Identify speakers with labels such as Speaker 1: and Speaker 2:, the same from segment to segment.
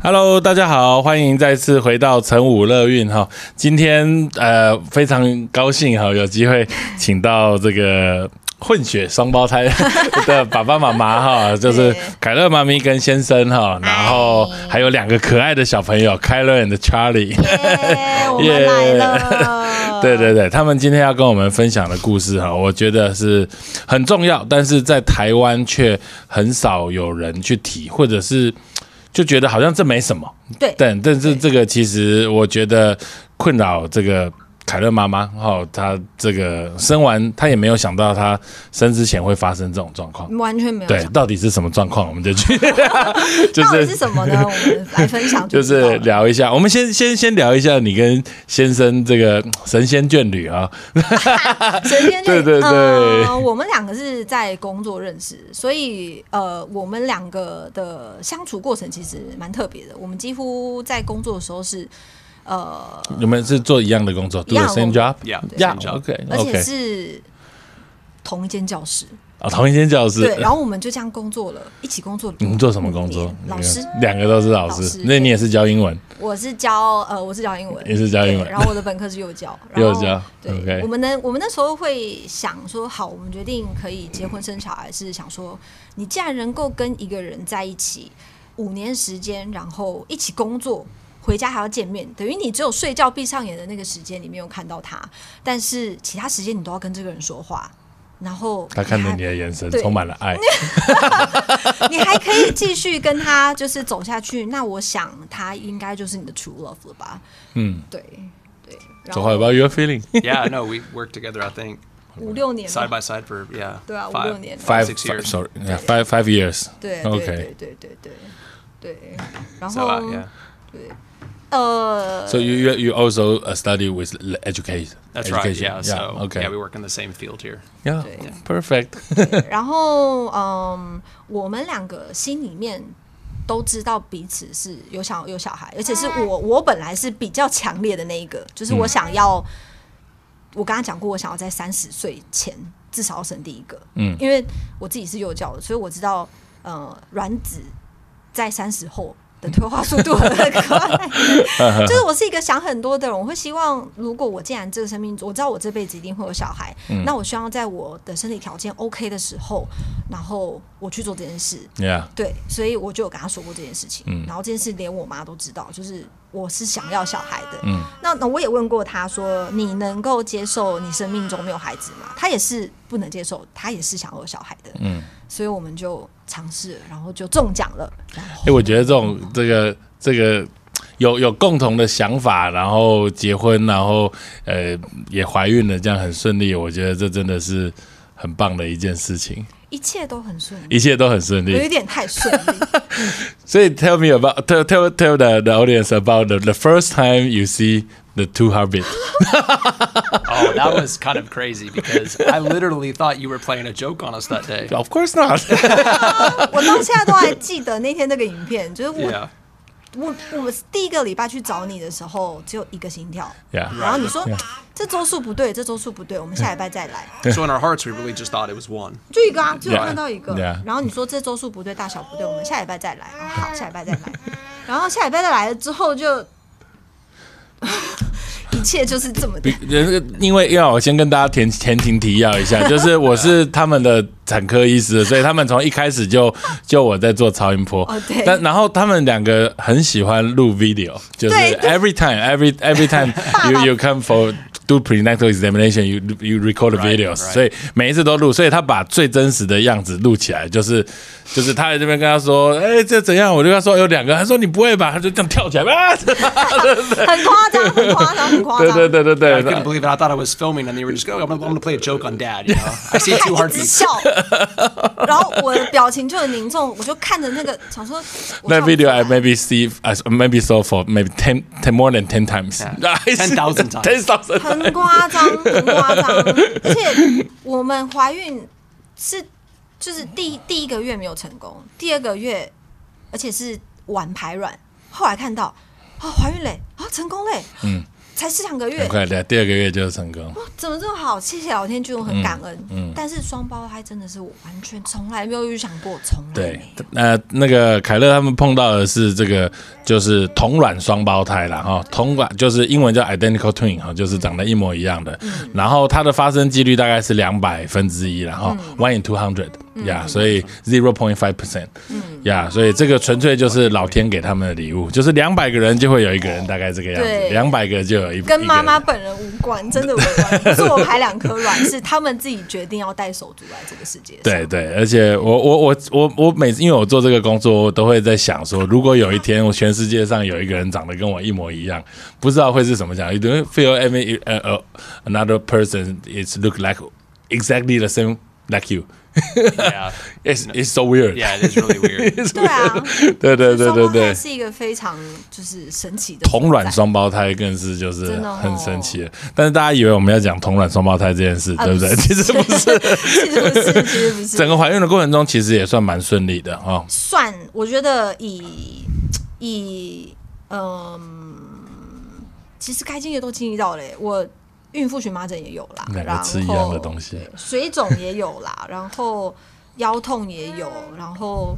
Speaker 1: Hello，大家好，欢迎再次回到晨武乐运哈。今天呃非常高兴哈，有机会请到这个混血双胞胎 的爸爸妈妈哈，啊就是凯乐妈咪跟先生哈，
Speaker 2: 哎
Speaker 1: 然后还有两个可爱的小朋友凯乐 and Charlie。
Speaker 2: 耶，我
Speaker 1: 耶
Speaker 2: 们来了。
Speaker 1: 对对对，他们今天要跟我们分享的故事哈，我觉得是很重要，但是在台湾却很少有人去提，或者是就觉得好像这没什么。
Speaker 2: 对
Speaker 1: 但但是这个其实我觉得困扰这个。凯乐妈妈，哦，她这个生完，她也没有想到她生之前会发生这种状况。
Speaker 2: 完全没有
Speaker 1: 对，
Speaker 2: 想。
Speaker 1: 到底是什么状况，我们就 去，就
Speaker 2: 到底是什么呢？我们来分 享
Speaker 1: 就
Speaker 2: 知道了，
Speaker 1: 是聊一下，我们先先先聊一下你跟先生这个神仙眷侣啊，
Speaker 2: 神仙眷
Speaker 1: 对
Speaker 2: 侣
Speaker 1: 对对
Speaker 2: 呃，我们两个是在工作认识，所以呃，我们两个的相处过程其实蛮特别的。我们几乎在工作的时候是呃，
Speaker 1: 你们是做一样的工作
Speaker 2: 一
Speaker 1: ，do
Speaker 2: 样
Speaker 1: the
Speaker 2: 的
Speaker 1: same
Speaker 2: 工
Speaker 1: job，
Speaker 3: Yeah,
Speaker 1: Yeah,
Speaker 3: same job.
Speaker 1: OK
Speaker 2: 而且
Speaker 1: OK，
Speaker 2: 是同一间教室，
Speaker 1: 啊，同一间教室
Speaker 2: 对，，然后我们就这样工作了，一起工作了。
Speaker 1: 你们做什么工
Speaker 2: 五
Speaker 1: 作
Speaker 2: 年？老师，
Speaker 1: 两个都是老
Speaker 2: 老
Speaker 1: 师
Speaker 2: 师，
Speaker 1: 那你也是教英文，
Speaker 2: 我是教呃，我是教英文，
Speaker 1: 也是教英文
Speaker 2: 对然后我的本科是幼教，然
Speaker 1: 幼
Speaker 2: 后
Speaker 1: 教
Speaker 2: 对
Speaker 1: OK
Speaker 2: 我们那我们那时候会想说，好，我们决定可以结婚生小孩，是想说，你既然能够跟一个人在一起五年时间，然后一起工作。回家还要见面，等于你只有睡觉闭上眼的那个时间，你没有看到他，但是其他时间你都要跟这个人说话，然后
Speaker 1: 他看着
Speaker 2: 还
Speaker 1: 你的眼神
Speaker 2: 对
Speaker 1: 充满了爱，
Speaker 2: 你还可以继续跟他就是走下去，那我想他应该就是你的 true love 了吧？
Speaker 1: 嗯，
Speaker 2: 对对。然
Speaker 1: 走好
Speaker 2: 后
Speaker 1: ，About your feeling，
Speaker 3: yeah, no, we worked together. I think
Speaker 2: 五六年吧
Speaker 3: side by side for yeah,
Speaker 2: 对啊，五六
Speaker 3: five.
Speaker 2: 年了
Speaker 1: five
Speaker 3: Six years.
Speaker 1: sorry yeah, five five years
Speaker 2: 对对
Speaker 1: OK
Speaker 2: 对对对对对。然
Speaker 3: So
Speaker 2: 后
Speaker 3: uh, yeah,
Speaker 2: 呃，
Speaker 1: so you you you also uh, study with education
Speaker 3: that's right.
Speaker 1: education.
Speaker 3: Yeah, so
Speaker 1: yeah okay
Speaker 3: yeah, we work in the same field here.
Speaker 1: yeah
Speaker 2: 对
Speaker 1: perfect
Speaker 2: 然后嗯，我们两个心里面都知道彼此是有想有小孩，而且是我我本来是比较强烈的那一个，就是我想要，我刚刚讲过，我想要在三十岁前至少要生第一个，
Speaker 1: 嗯
Speaker 2: 因为我自己是幼教的，所以我知道呃卵子在三十后。的退化速度很快， 就是我是一个想很多的人，我会希望，如果我既然这个生命，我知道我这辈子一定会有小孩，那我希望在我的身体条件 OK 的时候，然后我去做这件事，
Speaker 1: yeah
Speaker 2: 对，所以我就有跟他说过这件事情，然后这件事连我妈都知道，就是我是想要小孩的，嗯，那那我也问过他说，你能够接受你生命中没有孩子吗？他也是不能接受，他也是想要有小孩的，嗯，所以我们就尝试了，然后就中奖了，然后
Speaker 1: 哎、我觉得这种这个这个有有共同的想法，然后结婚，然后呃也怀孕了，这样很顺利，我觉得这真的是很棒的一件事情，
Speaker 2: 一切都很顺利，
Speaker 1: 一切都很顺
Speaker 2: 有一
Speaker 1: 利。
Speaker 2: 点太顺利，
Speaker 1: 所以 tell me about tell tell tell the the audience about the the first time you see the two heartbeat.
Speaker 3: Oh, that was kind of crazy because I literally thought you were playing a joke on us that day.
Speaker 1: Of course not.
Speaker 2: 我到现在都还记得那天那个影片，就是 我
Speaker 3: Yeah,
Speaker 2: 我我们第一个礼拜去找你的时候，只有一个心跳，
Speaker 1: yeah.
Speaker 2: 然后你说这周数不对，这周数不对，我们下礼拜再来，
Speaker 3: so in our hearts, we really just thought it was one.
Speaker 2: 就一个啊，就有看到一个
Speaker 1: Yeah.。
Speaker 2: 然后你说这周数不对，大小不对，我们下礼拜再来。啊好，下礼拜再来。然后下礼拜再来了之后就， 一切就是这 么的
Speaker 1: 比呃因为要我先跟大家前前情提要一下，就是我是他们的产科医师，所以他们从一开始就就我在做超音波。
Speaker 2: 哦对
Speaker 1: 但然后他们两个很喜欢录 video，就是
Speaker 2: 对对
Speaker 1: every time every every time
Speaker 2: 爸
Speaker 1: you
Speaker 2: 爸
Speaker 1: you come for do prenatal examination you you record the
Speaker 3: Right,
Speaker 1: videos，、
Speaker 3: right.
Speaker 1: 所以每一次都录，所以他把最真实的样子录起来，就是就是他在这边跟他说，哎、这怎样？我就跟他说有两个，他说你不会吧？他就这样跳起来啊！
Speaker 2: 很夸张，很夸张，很夸
Speaker 1: 对
Speaker 2: 张。
Speaker 1: 对对对对，
Speaker 3: I couldn't believe it. I thought I was filming, and they were just going, "I'm gonna, I'm gonna play a joke on Dad." You know, I see two
Speaker 2: 他一直
Speaker 3: heartbeats.
Speaker 2: 笑，然后我的表情就很凝重，我就看着那个，想说我
Speaker 1: 那
Speaker 2: 笑不出
Speaker 1: video
Speaker 2: 来
Speaker 1: I maybe see as maybe saw for maybe ten ten more than ten times.
Speaker 3: Yeah. 10,000 times.
Speaker 1: Ten thousand.
Speaker 2: 很夸张，很夸张。而且我们怀孕是就是第第一个月没有成功，第二个月而且是晚排卵，后来看到啊、怀孕嘞啊成功嘞，嗯，才四两个月
Speaker 1: 很，快的，第二个月就成功。
Speaker 2: 怎么这么好？谢谢老天君，我很感恩。但是双胞胎真的是我完全从来没有预想过，从来
Speaker 1: 对
Speaker 2: 没，
Speaker 1: 呃，那个凯乐他们碰到的是这个，就是同卵双胞胎啦，哈，同卵就是英文叫 identical twin 哈，就是长得一模一样的。
Speaker 2: 嗯
Speaker 1: 然后它的发生几率大概是两百分之一啦，然后
Speaker 2: 嗯
Speaker 1: one in two hundred 呀，所以 zero point five percent
Speaker 2: 嗯
Speaker 1: 呀，所以这个纯粹就是老天给他们的礼物，就是两百个人就会有一个人大概这个样子，
Speaker 2: 对
Speaker 1: 两百个就有一
Speaker 2: 跟妈妈
Speaker 1: 一个人
Speaker 2: 本人无关，真的无关。是我排两颗卵，是他们自己决定要带手足来这个世界上。
Speaker 1: 对对，而且我我我我我每次因为我做这个工作，我都会在想说，如果有一天我全世界上有一个人长得跟我一模一样，不知道会是什么奖。You don't feel any 呃呃 another person is look like exactly the same like you.
Speaker 3: Yeah.
Speaker 1: It's it's so weird.
Speaker 3: Yeah, it is really weird.
Speaker 2: 对啊，
Speaker 1: 对对对对
Speaker 2: 双胞胎
Speaker 1: 对。
Speaker 2: 是一个非常就是神奇的
Speaker 1: 同卵
Speaker 2: 存在
Speaker 1: 双胞胎更是就是
Speaker 2: 真的哦
Speaker 1: 很神奇的，但是大家以为我们要讲同卵双胞胎这件事，
Speaker 2: 啊
Speaker 1: 对不对？
Speaker 2: 不
Speaker 1: 其
Speaker 2: 是
Speaker 1: 实不是，
Speaker 2: 其实不是，其实不
Speaker 1: 整
Speaker 2: 是。
Speaker 1: 个怀孕的过程中其实也算蛮顺利的哦。
Speaker 2: 算，我觉得以以嗯，其实该经历的都经历到了耶、欸我孕妇荨麻疹也有啦，
Speaker 1: 两
Speaker 2: 然
Speaker 1: 个
Speaker 2: 后
Speaker 1: 吃一样的东西，
Speaker 2: 水肿也有啦，然后腰痛也有，然后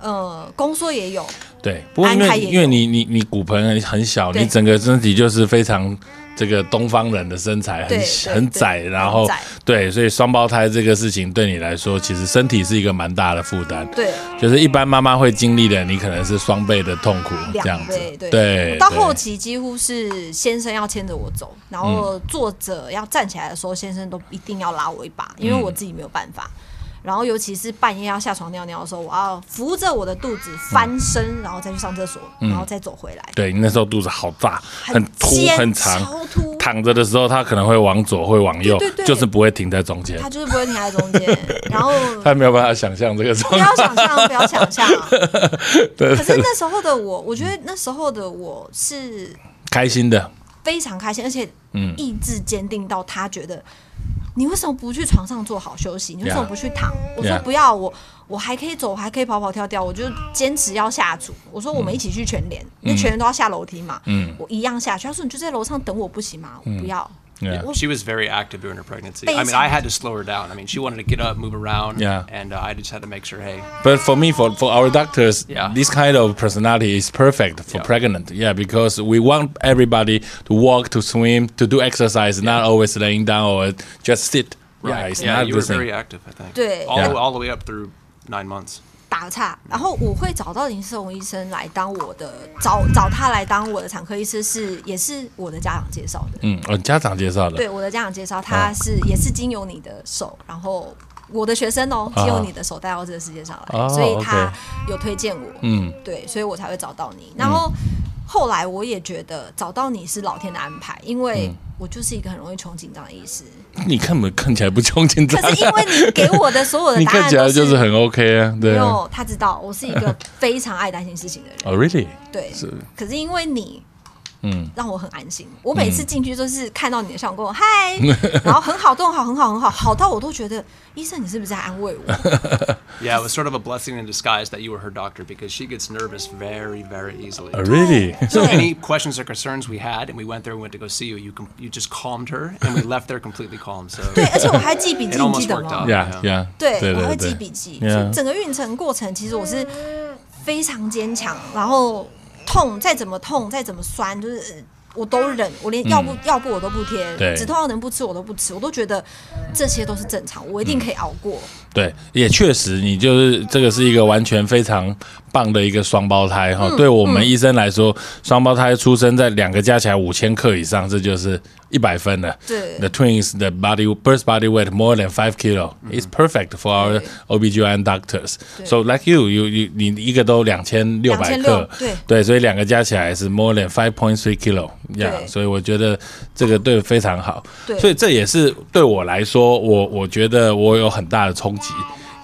Speaker 2: 呃宫缩也有，
Speaker 1: 对，不过因
Speaker 2: 安排
Speaker 1: 为
Speaker 2: 也有
Speaker 1: 因为你你你骨盆很很小，
Speaker 2: 对
Speaker 1: 你整个身体就是非常这个东方人的身材很
Speaker 2: 对对
Speaker 1: 很窄，
Speaker 2: 对
Speaker 1: 然后
Speaker 2: 很窄
Speaker 1: 对，所以双胞胎这个事情对你来说，其实身体是一个蛮大的负担。
Speaker 2: 对。
Speaker 1: 就是一般妈妈会经历的，你可能是双倍的痛苦这样
Speaker 2: 两
Speaker 1: 子
Speaker 2: 倍，。
Speaker 1: 对，
Speaker 2: 到
Speaker 1: 对
Speaker 2: 后期几乎是先生要牵着我走，然后
Speaker 1: 嗯
Speaker 2: 坐着要站起来的时候，先生都一定要拉我一把，因
Speaker 1: 嗯
Speaker 2: 为我自己没有办法。然后尤其是半夜要下床尿尿的时候，我要扶着我的肚子翻身，然后再去上厕所，然后再走回来，
Speaker 1: 对，你那时候肚子好大，嗯很凸
Speaker 2: 尖
Speaker 1: 很长，
Speaker 2: 超凸。
Speaker 1: 躺着的时候它可能会往左会往右
Speaker 2: 对对，对
Speaker 1: 就是不会停在中间
Speaker 2: 他。就是不会停在中 间，然后
Speaker 1: 他没有办法想象这个状
Speaker 2: 不
Speaker 1: 况
Speaker 2: 要。想象，不要想象。
Speaker 1: 对
Speaker 2: 可
Speaker 1: 对
Speaker 2: 是
Speaker 1: 对
Speaker 2: 那时候的我，我觉得那时候的我是
Speaker 1: 开心的，
Speaker 2: 非常开心，而且
Speaker 1: 嗯
Speaker 2: 意志坚定到他觉得、你为什么不去床上做好休息？你为什么
Speaker 1: Yeah.
Speaker 2: 不去躺？我说
Speaker 1: Yeah.
Speaker 2: 不要，我我还可以走，我还可以跑跑跳跳，我就坚持要下厨。我说我们一起去全联，因为全联都要下楼梯嘛，
Speaker 1: 嗯
Speaker 2: 我一样下去。他说你就在楼上等我不行吗？我不要。
Speaker 1: Yeah.
Speaker 3: She was very active during her pregnancy. I mean, I had to slow her down. I mean, she wanted to get up, move around,
Speaker 1: Yeah.
Speaker 3: and uh, I just had to make sure, hey,
Speaker 1: But for me, for for our doctors,
Speaker 3: Yeah.
Speaker 1: this kind of personality is perfect for
Speaker 3: Yeah.
Speaker 1: pregnant. Yeah, because we want everybody to walk, to swim, to do exercise, not always laying down or just sit. Yeah, it's
Speaker 3: yeah,
Speaker 1: not
Speaker 3: you
Speaker 1: the
Speaker 3: were
Speaker 1: same.
Speaker 3: very active, I think.
Speaker 2: Yeah.
Speaker 3: All,
Speaker 1: Yeah.
Speaker 3: all the way up through nine months.
Speaker 2: 打个岔，然后我会找到林世荣医生来当我的找找他来当我的产科医师是，也是我的家长介绍的。
Speaker 3: uh,
Speaker 1: 嗯，Mm. 哦，家长介绍的。
Speaker 2: 对，我的家长介绍，
Speaker 1: 啊
Speaker 2: 他是、也是经由你的手，然后我的学生哦，经由你的手带到这个世界上来，
Speaker 1: 啊哦
Speaker 2: 所以他
Speaker 1: OK
Speaker 2: 有推荐我，
Speaker 1: 嗯，
Speaker 2: 对，所以我才会找到你。然后、后来我也觉得找到你是老天的安排，因
Speaker 1: 嗯
Speaker 2: 为我就是一个很容易穷紧张的医师，
Speaker 1: 你根本看起来不穷紧张
Speaker 2: 可，是因为你给我的所有的
Speaker 1: 你
Speaker 2: 答
Speaker 1: 看
Speaker 2: 案
Speaker 1: 起
Speaker 2: 都
Speaker 1: 来就是很 OK 啊，
Speaker 2: 没
Speaker 1: 对啊。
Speaker 2: 有，他知道我是一个非常爱担心事情的人。
Speaker 1: 哦、r e a l l y
Speaker 2: 对，可是因为你，嗯，让我很安心。我每次进去都是看到你的笑容，嗨，然后很好，都很好，很好，很好，好到我都觉得医生你是不是在安慰我？
Speaker 3: Yeah, it was sort of a blessing in disguise that you were her doctor because she gets nervous very, very easily.
Speaker 1: Oh, really?
Speaker 3: So any questions or concerns we had, and we went there and went to go see you. You com- you just calmed her, and we left there completely calm. So
Speaker 2: 对，而且我还记笔记，
Speaker 3: It
Speaker 2: 你
Speaker 3: almost
Speaker 2: 记得
Speaker 3: worked
Speaker 2: 吗
Speaker 3: out.？
Speaker 1: Yeah, yeah.
Speaker 2: 对，我
Speaker 1: 对
Speaker 2: 会
Speaker 1: 对
Speaker 2: 记笔记。
Speaker 1: Yeah
Speaker 2: 就整个运程过程，其实我是非常坚强，然后痛再怎么痛，再怎么酸，就是呃我都忍，我连药不、药不我都不贴
Speaker 1: 对，
Speaker 2: 止痛药能不吃我都不吃，我都觉得这些都是正常，我一定可以熬过。
Speaker 1: 对，也确实，你就是这个是一个完全非常棒的一个双胞胎哈、对我们医生来说，双胞胎出生在两个加起来五千克以上，这就是一百分了。
Speaker 2: 对
Speaker 1: ，The twins, the body birth body weight more than five kilo is perfect for our
Speaker 2: 对
Speaker 1: OBGYN doctors.
Speaker 2: 对
Speaker 1: So like you, you you 你一个都两千六百克
Speaker 2: 2600，对
Speaker 1: 对，所以两个加起来是 more than five point three kilo。Yeah，
Speaker 2: 对
Speaker 1: 所以我觉得这个对非常好。
Speaker 2: 对
Speaker 1: 所以这也是对我来说，我我觉得我有很大的冲击，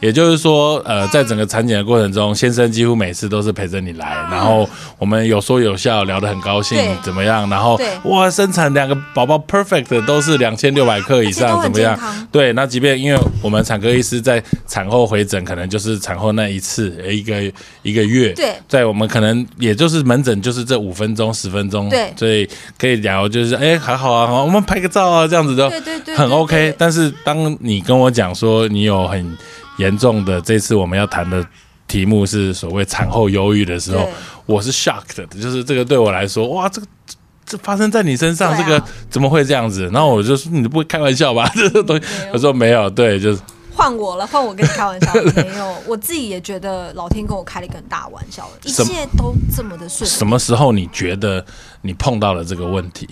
Speaker 1: 也也就是说，呃，在整个产检的过程中，先生几乎每次都是陪着你来，然后我们有说有笑，聊得很高兴
Speaker 2: 啊对，
Speaker 1: 怎么样？然后
Speaker 2: 对
Speaker 1: 哇，生产两个宝宝 perfect 都是两千六百克以
Speaker 2: 而且都
Speaker 1: 上，
Speaker 2: 很
Speaker 1: 怎么样
Speaker 2: 健康？
Speaker 1: 对，那即便因为我们产科医师在产后回诊，可能就是产后那一次，呃一个一个月，
Speaker 2: 对
Speaker 1: 在我们可能也就是门诊就是这五分钟十分钟，
Speaker 2: 对
Speaker 1: 所以可以聊就是哎还好啊，好我们拍个照啊，这样子都
Speaker 2: 对对对
Speaker 1: 很
Speaker 2: 对
Speaker 1: OK
Speaker 2: 对。
Speaker 1: 但是当你跟我讲说你有很严重的这次我们要谈的题目是所谓产后忧郁的时候
Speaker 2: 对，
Speaker 1: 我是 shocked 的，就是这个对我来说，哇，这个。这这发生在你身上，
Speaker 2: 对
Speaker 1: 这
Speaker 2: 啊
Speaker 1: 个怎么会这样子？然后我就说，你不会开玩笑吧？ 这个东西，我说没有，对，就是
Speaker 2: 换我了，换我跟你开 玩笑，没有，我自己也觉得老天跟我开了一个很大玩笑，一
Speaker 1: 什么
Speaker 2: 切都这么的顺利。
Speaker 1: 什么时候你觉得你碰到了这个问题？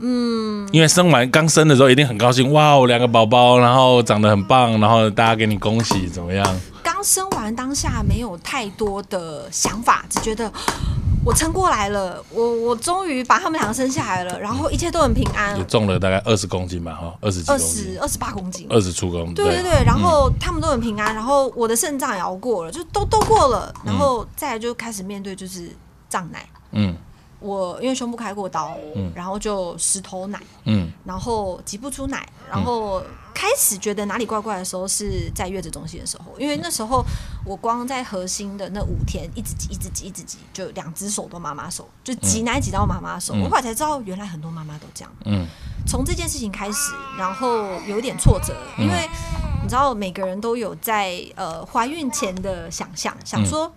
Speaker 1: 嗯，因为生完刚生的时候一定很高兴，哇，我两个宝宝，然后长得很棒，然后大家给你恭喜，怎么样？
Speaker 2: 刚生完当下没有太多的想法，只觉得哦我撑过来了，我我终于把他们两个生下来了，然后一切都很平安
Speaker 1: 嗯也，重了大概二十公斤吧，哈，二十几公
Speaker 2: 二
Speaker 1: 斤
Speaker 2: 十，二十八公斤。
Speaker 1: 二十出公，
Speaker 2: 对对对，然
Speaker 1: 嗯
Speaker 2: 后他们都很平安，然后我的肾脏也熬过了，就都都过了，然后再来就开始面对就是胀奶，
Speaker 1: 嗯
Speaker 2: 我因为胸部开过刀，然后就石头奶，
Speaker 1: 嗯，
Speaker 2: 然后挤不出奶，然后开始觉得哪里怪怪的时候是在月子中心的时候，因为那时候我光在核心的那五天一直挤一直挤一直挤，就两只手都妈妈手，就挤奶挤到妈妈手，我后来才知道原来很多妈妈都这样。
Speaker 1: 嗯，
Speaker 2: 从这件事情开始，然后有点挫折，
Speaker 1: 嗯
Speaker 2: 因为你知道每个人都有在呃怀孕前的想象，
Speaker 1: 嗯
Speaker 2: 想说。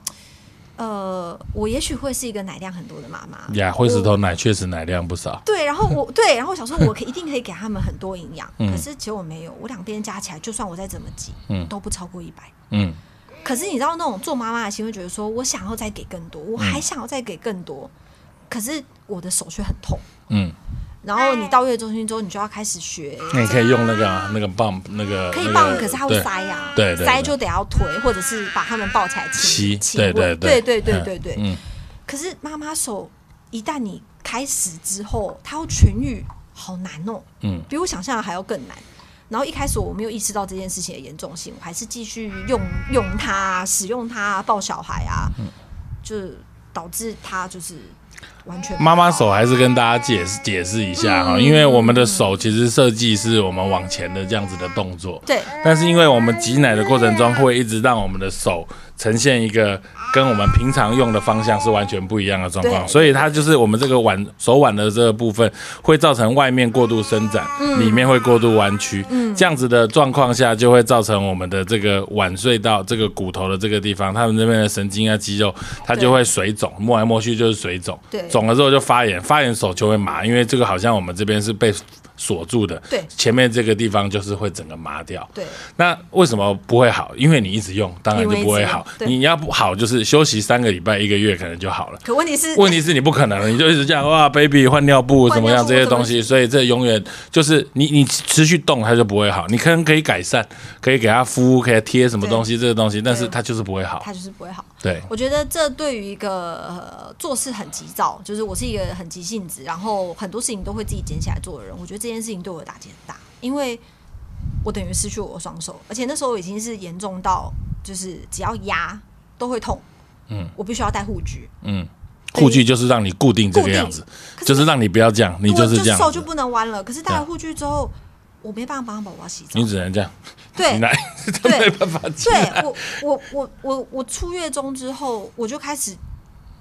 Speaker 2: 呃，我也许会是一个奶量很多的妈妈，
Speaker 1: 呀，灰石
Speaker 2: 我
Speaker 1: 头奶确实奶量不少，
Speaker 2: 对，然后 我对，然后我想说，我可一定可以给他们很多营养，可是结果没有，我两边加起来，就算我再怎么挤，
Speaker 1: 嗯
Speaker 2: 都不超过一百。
Speaker 1: 嗯
Speaker 2: 可是你知道那种做妈妈的心会觉得说，我想要再给更多，我还
Speaker 1: 嗯
Speaker 2: 想要再给更多，可是我的手却很痛。
Speaker 1: 嗯，
Speaker 2: 然后你到月子中心之后，你就要开始学，
Speaker 1: 那你可以用那个啊那个棒那个
Speaker 2: 嗯可以
Speaker 1: 那个
Speaker 2: 抱，可是它会
Speaker 1: 对
Speaker 2: 塞呀，
Speaker 1: 对对对
Speaker 2: 塞就得要推，或者是把他们抱起来
Speaker 1: 吸
Speaker 2: 亲，亲
Speaker 1: 对
Speaker 2: 吻
Speaker 1: 对
Speaker 2: 对
Speaker 1: 对
Speaker 2: 对对
Speaker 1: 嗯
Speaker 2: 对对。
Speaker 1: 嗯
Speaker 2: 可是妈妈手一旦你开始之后，它要痊愈，好难哦，
Speaker 1: 嗯，
Speaker 2: 比我想象的还要更难。然后一开始我没有意识到这件事情的严重性，我还是继续用用它啊、使用它啊、抱小孩啊，
Speaker 1: 嗯
Speaker 2: 就导致它就是完全
Speaker 1: 妈妈手还是跟大家解释解释一下
Speaker 2: 嗯
Speaker 1: 哈，因为我们的手其实设计是我们往前的这样子的动作，
Speaker 2: 对
Speaker 1: 但是因为我们挤奶的过程中，会一直让我们的手呈现一个跟我们平常用的方向是完全不一样的状况，
Speaker 2: 对
Speaker 1: 所以它就是我们这个腕手腕的这个部分会造成外面过度伸展，
Speaker 2: 嗯
Speaker 1: 里面会过度弯曲，这样子的状况下就会造成我们的这个腕隧道这个骨头的这个地方，它们那边的神经啊肌肉，它就会水肿，摸来摸去就是水肿，
Speaker 2: 对
Speaker 1: 肿了之后就发炎，发炎手就会麻，因为这个好像我们这边是被锁住的，
Speaker 2: 对
Speaker 1: 前面这个地方就是会整个麻掉，
Speaker 2: 对
Speaker 1: 那为什么不会好？因为你一直用，当然就不会好
Speaker 2: 因为一直用。对
Speaker 1: 你要不好，就是休息三个礼拜、一个月，可能就好了。
Speaker 2: 可问题是
Speaker 1: 问题是你不可能，你就一直这样哇，baby 换尿布
Speaker 2: 换
Speaker 1: 怎
Speaker 2: 尿布
Speaker 1: 么样这些东
Speaker 2: 怎
Speaker 1: 西， 所以这永远就是你你持续动它就不会好。你可能可以改善，可以给它敷，可以贴什么东西这些东西，但是它就是不会好
Speaker 2: 它。就是不会好。
Speaker 1: 对，
Speaker 2: 我觉得这对于一个、呃、做事很急躁，就是我是一个很急性子，然后很多事情都会自己捡起来做的人，我觉得这件事情对我的打击很大，因为我等于失去我的双手，而且那时候我已经是严重到就是只要压都会痛，嗯，我必须要戴护具，
Speaker 1: 护具就是让你固定这
Speaker 2: 固
Speaker 1: 个
Speaker 2: 定
Speaker 1: 样子，
Speaker 2: 可
Speaker 1: 就是让你不要这样，你
Speaker 2: 我
Speaker 1: 是这样
Speaker 2: 手就
Speaker 1: 子，
Speaker 2: 不能弯了，可是戴
Speaker 1: 对啊
Speaker 2: 了护具之后，我没办法帮宝宝洗澡
Speaker 1: 你，只能这样，
Speaker 2: 对
Speaker 1: 你，来， 这
Speaker 2: 哎
Speaker 1: 没
Speaker 2: 对
Speaker 1: 办法进来。
Speaker 2: 对我，我我我我出月中之后，我就开始，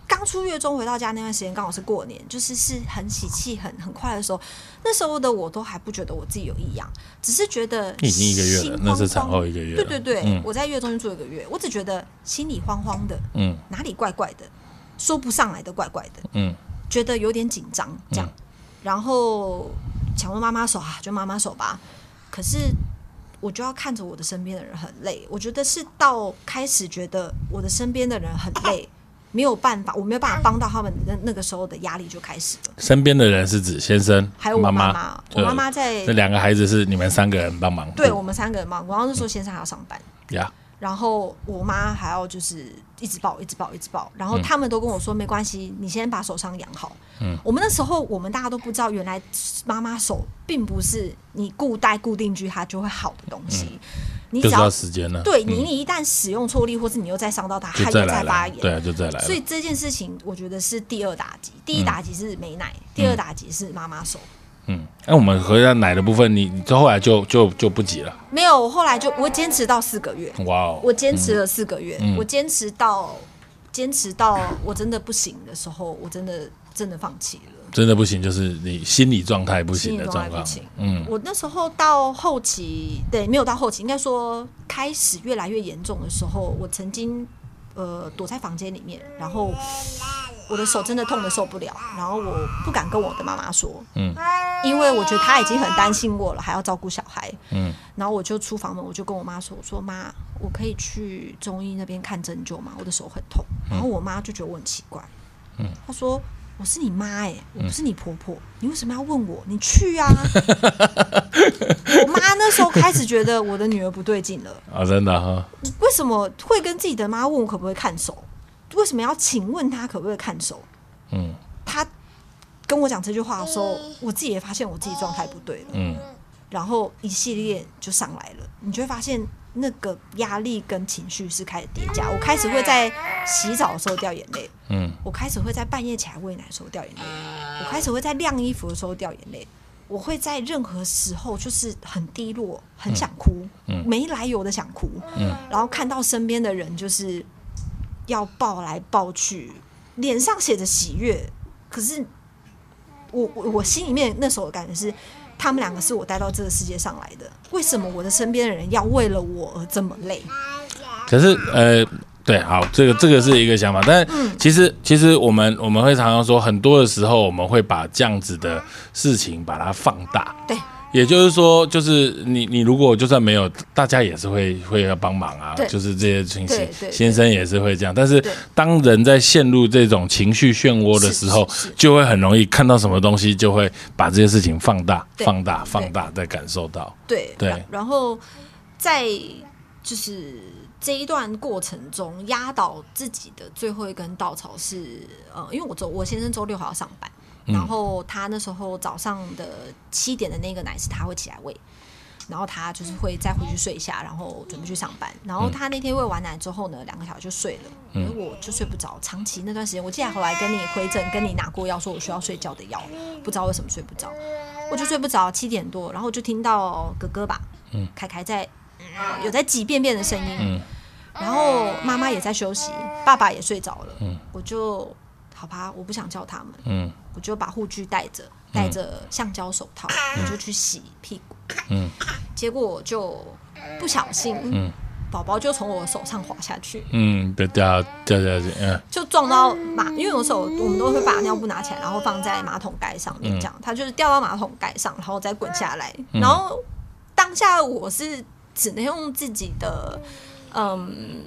Speaker 2: 刚出月中回到家那段时间刚好是过年，就是是很喜气、很很快的时候。那时候的我都还不觉得我自己有异样，只是觉得
Speaker 1: 你已经一个月
Speaker 2: 心
Speaker 1: 了，
Speaker 2: 慌
Speaker 1: 那是
Speaker 2: 慌
Speaker 1: 产后一个月了。
Speaker 2: 对对对，
Speaker 1: 嗯
Speaker 2: 我在月中就住一个月，我只觉得心里慌慌的，
Speaker 1: 嗯
Speaker 2: 哪里怪怪的，说不上来的怪怪的，
Speaker 1: 嗯
Speaker 2: 觉得有点紧张这样，然后想问妈妈手啊，就妈妈手吧。可是我就要看着我的身边的人很累，我觉得是到开始觉得我的身边的人很累，没有办法，我没有办法帮到他们的那个时候的压力就开始了。
Speaker 1: 身边的人是指先生、
Speaker 2: 还有我妈
Speaker 1: 妈
Speaker 2: 妈我
Speaker 1: 对
Speaker 2: 妈妈在
Speaker 1: 这两个孩子是你们三个人帮忙。
Speaker 2: 对我们三个人嘛，然后那时候先生还要上班，
Speaker 1: 呀，
Speaker 2: 然后我妈还要就是一直抱，一直抱，一直抱。然后
Speaker 1: 嗯
Speaker 2: 他们都跟我说、没关系，你先把手上养好。嗯，我们那时候我们大家都不知道，原来妈妈手并不是你固带固定居它就会好的东西。你
Speaker 1: 嗯就是
Speaker 2: 只要
Speaker 1: 要时间了，嗯
Speaker 2: 对你，你一旦使用错力，或是你又再伤到它，
Speaker 1: 就
Speaker 2: 它
Speaker 1: 再
Speaker 2: 又
Speaker 1: 来
Speaker 2: 再发
Speaker 1: 了，
Speaker 2: 炎。
Speaker 1: 对啊，就再来了
Speaker 2: 所。以这件事情我觉得是第二打击，第一打击是没奶，第二打击是妈妈手。
Speaker 1: 嗯，那我们回到奶的部分，你你后来就就就不急了，
Speaker 2: 没有，我后来就我坚持到四个月，
Speaker 1: 哇哦，
Speaker 2: 我坚持了四个月，
Speaker 1: 嗯
Speaker 2: 我坚持到坚持到我真的不行的时候，我真的真的放弃了。
Speaker 1: 真的不行，就是你心理状态不行的
Speaker 2: 心
Speaker 1: 状
Speaker 2: 理状态
Speaker 1: 况
Speaker 2: 不行，
Speaker 1: 嗯，
Speaker 2: 我那时候到后期，对，没有到后期，应该说开始越来越严重的时候，我曾经呃躲在房间里面，然后我的手真的痛的受不了，然后我不敢跟我的妈妈说，
Speaker 1: 嗯，
Speaker 2: 因为我觉得她已经很担心我了，还要照顾小孩，
Speaker 1: 嗯，
Speaker 2: 然后我就出房门，我就跟我妈说，我说妈，我可以去中医那边看针灸吗？我的手很痛，
Speaker 1: 嗯
Speaker 2: 然后我妈就觉得我很奇怪，嗯，她说。我是你妈哎、我不是你婆婆，你为什么要问我？你去啊！ 我妈那时候开始觉得我的女儿不对劲了，
Speaker 1: 啊，真的哈，
Speaker 2: 为什么会跟自己的妈问我可不可以看手？为什么要请问她可不可以看手？
Speaker 1: 嗯
Speaker 2: 她跟我讲这句话的时候，我自己也发现我自己状态不对了，
Speaker 1: 嗯，
Speaker 2: 然后一系列就上来了，你就会发现那个压力跟情绪是开始叠加。我开始会在洗澡的时候掉眼泪，
Speaker 1: 嗯，
Speaker 2: 我开始会在半夜起来喂奶的时候掉眼泪，我开始会在晾衣服的时候掉眼泪，我会在任何时候就是很低落，很想哭，
Speaker 1: 嗯
Speaker 2: 没来由的想哭，
Speaker 1: 嗯
Speaker 2: 然后看到身边的人就是要抱来抱去，脸上写着喜悦，可是我我我心里面那时候的感觉是。他们两个是我带到这个世界上来的，为什么我的身边的人要为了我而这么累？
Speaker 1: 可是呃，对，好，这个这个是一个想法，但
Speaker 2: 嗯
Speaker 1: 其实其实我们我们会常常说，很多的时候我们会把这样子的事情把它放大，
Speaker 2: 对，
Speaker 1: 也就是说，就是你你如果就算没有，大家也是会会要帮忙啊
Speaker 2: 对，
Speaker 1: 就是这些情形
Speaker 2: 对，对
Speaker 1: 先生也是会这样。但是
Speaker 2: 对
Speaker 1: 当人在陷入这种情绪漩涡的时候
Speaker 2: 是是是，
Speaker 1: 就会很容易看到什么东西，就会把这些事情放大、
Speaker 2: 对
Speaker 1: 放大、放大，再感受到。
Speaker 2: 对
Speaker 1: 对
Speaker 2: 然然后在就是这一段过程中，压倒自己的最后一根稻草是，呃，因为我周我先生周六还要上班，然后他那时候早上的七点的那个奶是他会起来喂。然后他就是会再回去睡一下，然后准备去上班。然后他那天喂完奶之后呢，两个小时就睡了，因为我就睡不着。长期那段时间，我记得后来跟你回诊，跟你拿过药，说我需要睡觉的药，不知道为什么睡不着。我就睡不着，七点多，然后我就听到哥哥吧，嗯，凯凯在、嗯有在挤便便的声音，嗯，然后妈妈也在休息，爸爸也睡着了，嗯，我就好吧，我不想叫他们，
Speaker 1: 嗯
Speaker 2: 我就把护具带着，带着橡胶手套，我就去洗屁股，
Speaker 1: 嗯，
Speaker 2: 结果我就不小心，嗯，宝宝就从我手上滑下去，
Speaker 1: 嗯，对，掉掉下去，嗯
Speaker 2: 就撞到马，因为有时候我们都会把尿布拿起来，然后放在马桶盖上面，这样、它就是掉到马桶盖上，然后再滚下来。然后当下我是只能用自己的嗯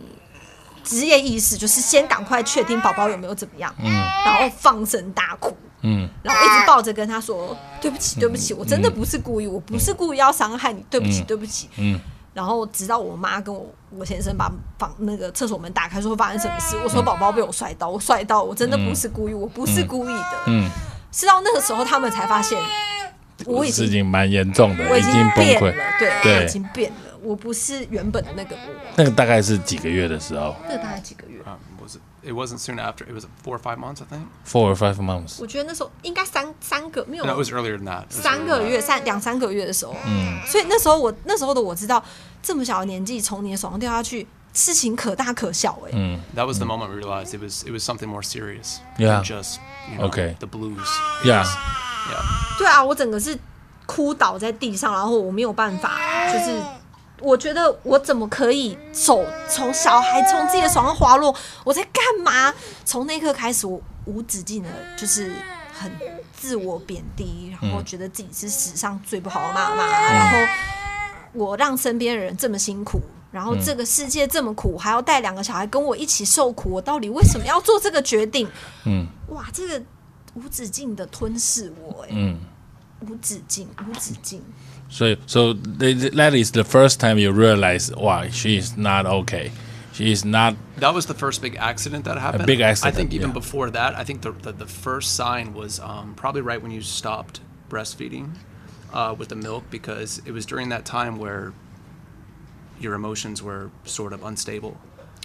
Speaker 2: 职业意识，就是先赶快确定宝宝有没有怎么样，然后放声大哭。
Speaker 1: 嗯
Speaker 2: 然后一直抱着跟他说：“对不起，对不起，我真的不是故意，我不是故意要伤害你，对不起，对不起。”
Speaker 1: 嗯，
Speaker 2: 然后直到我妈跟我我先生把房那个厕所门打开，说发生什么事，
Speaker 1: 嗯
Speaker 2: 我说宝宝被我摔到，我摔到，我真的不是故意，我不是故意的。
Speaker 1: 嗯，
Speaker 2: 是到那个时候他们才发现，我已
Speaker 1: 事
Speaker 2: 经
Speaker 1: 情蛮严重的，
Speaker 2: 我
Speaker 1: 已
Speaker 2: 经
Speaker 1: 经崩
Speaker 2: 变
Speaker 1: 溃。
Speaker 2: 了，对，
Speaker 1: 对
Speaker 2: 我已经变了，我不是原本的那个我。
Speaker 1: 那个大概是几个月的时候
Speaker 2: 这大概几个月，
Speaker 1: 啊
Speaker 3: Um, was it? It wasn't soon after. It was four or five months, I think.
Speaker 1: ，four or five months，
Speaker 2: 我觉得那时候应该三三个没有
Speaker 3: No, it was earlier than that. It was
Speaker 2: 三
Speaker 3: earlier
Speaker 2: 个
Speaker 3: than
Speaker 2: 月
Speaker 3: that.
Speaker 2: 三两三个月的时候，嗯，所以那时候我那时候的我知道，这么小的年纪从你的手上掉下去，事情可大可小哎、
Speaker 1: 嗯
Speaker 3: That was the moment we realized it was it was something more serious.
Speaker 1: Yeah.
Speaker 3: Than just you know,
Speaker 1: Okay.
Speaker 3: The blues. It
Speaker 1: Yeah.
Speaker 3: was- yeah.
Speaker 2: 对啊，我整个是哭倒在地上，然后我没有办法，就是我觉得我怎么可以手从小孩从自己的手上滑落，我在干嘛？从那一刻开始，我无止境的，就是很自我贬低，然后觉得自己是史上最不好的妈妈，然后我让身边的人这么辛苦。然后这个世界这么苦，还要带两个小孩跟我一起受苦，我到底为什么要做这个决定？
Speaker 1: 嗯
Speaker 2: 哇，这个无止境的吞噬我、哎、
Speaker 1: 嗯。
Speaker 2: 无止境，无止境。
Speaker 1: 所以，so th- that is the first time you realize, wow, she is not okay. She is not.
Speaker 3: That was the first big accident that happened.
Speaker 1: big
Speaker 3: I think
Speaker 1: accident, yeah.
Speaker 3: even before that, I think the, the, the first sign was um, probably right when you stopped breastfeeding uh, with the milk because it was during that time where your emotions were sort of unstable.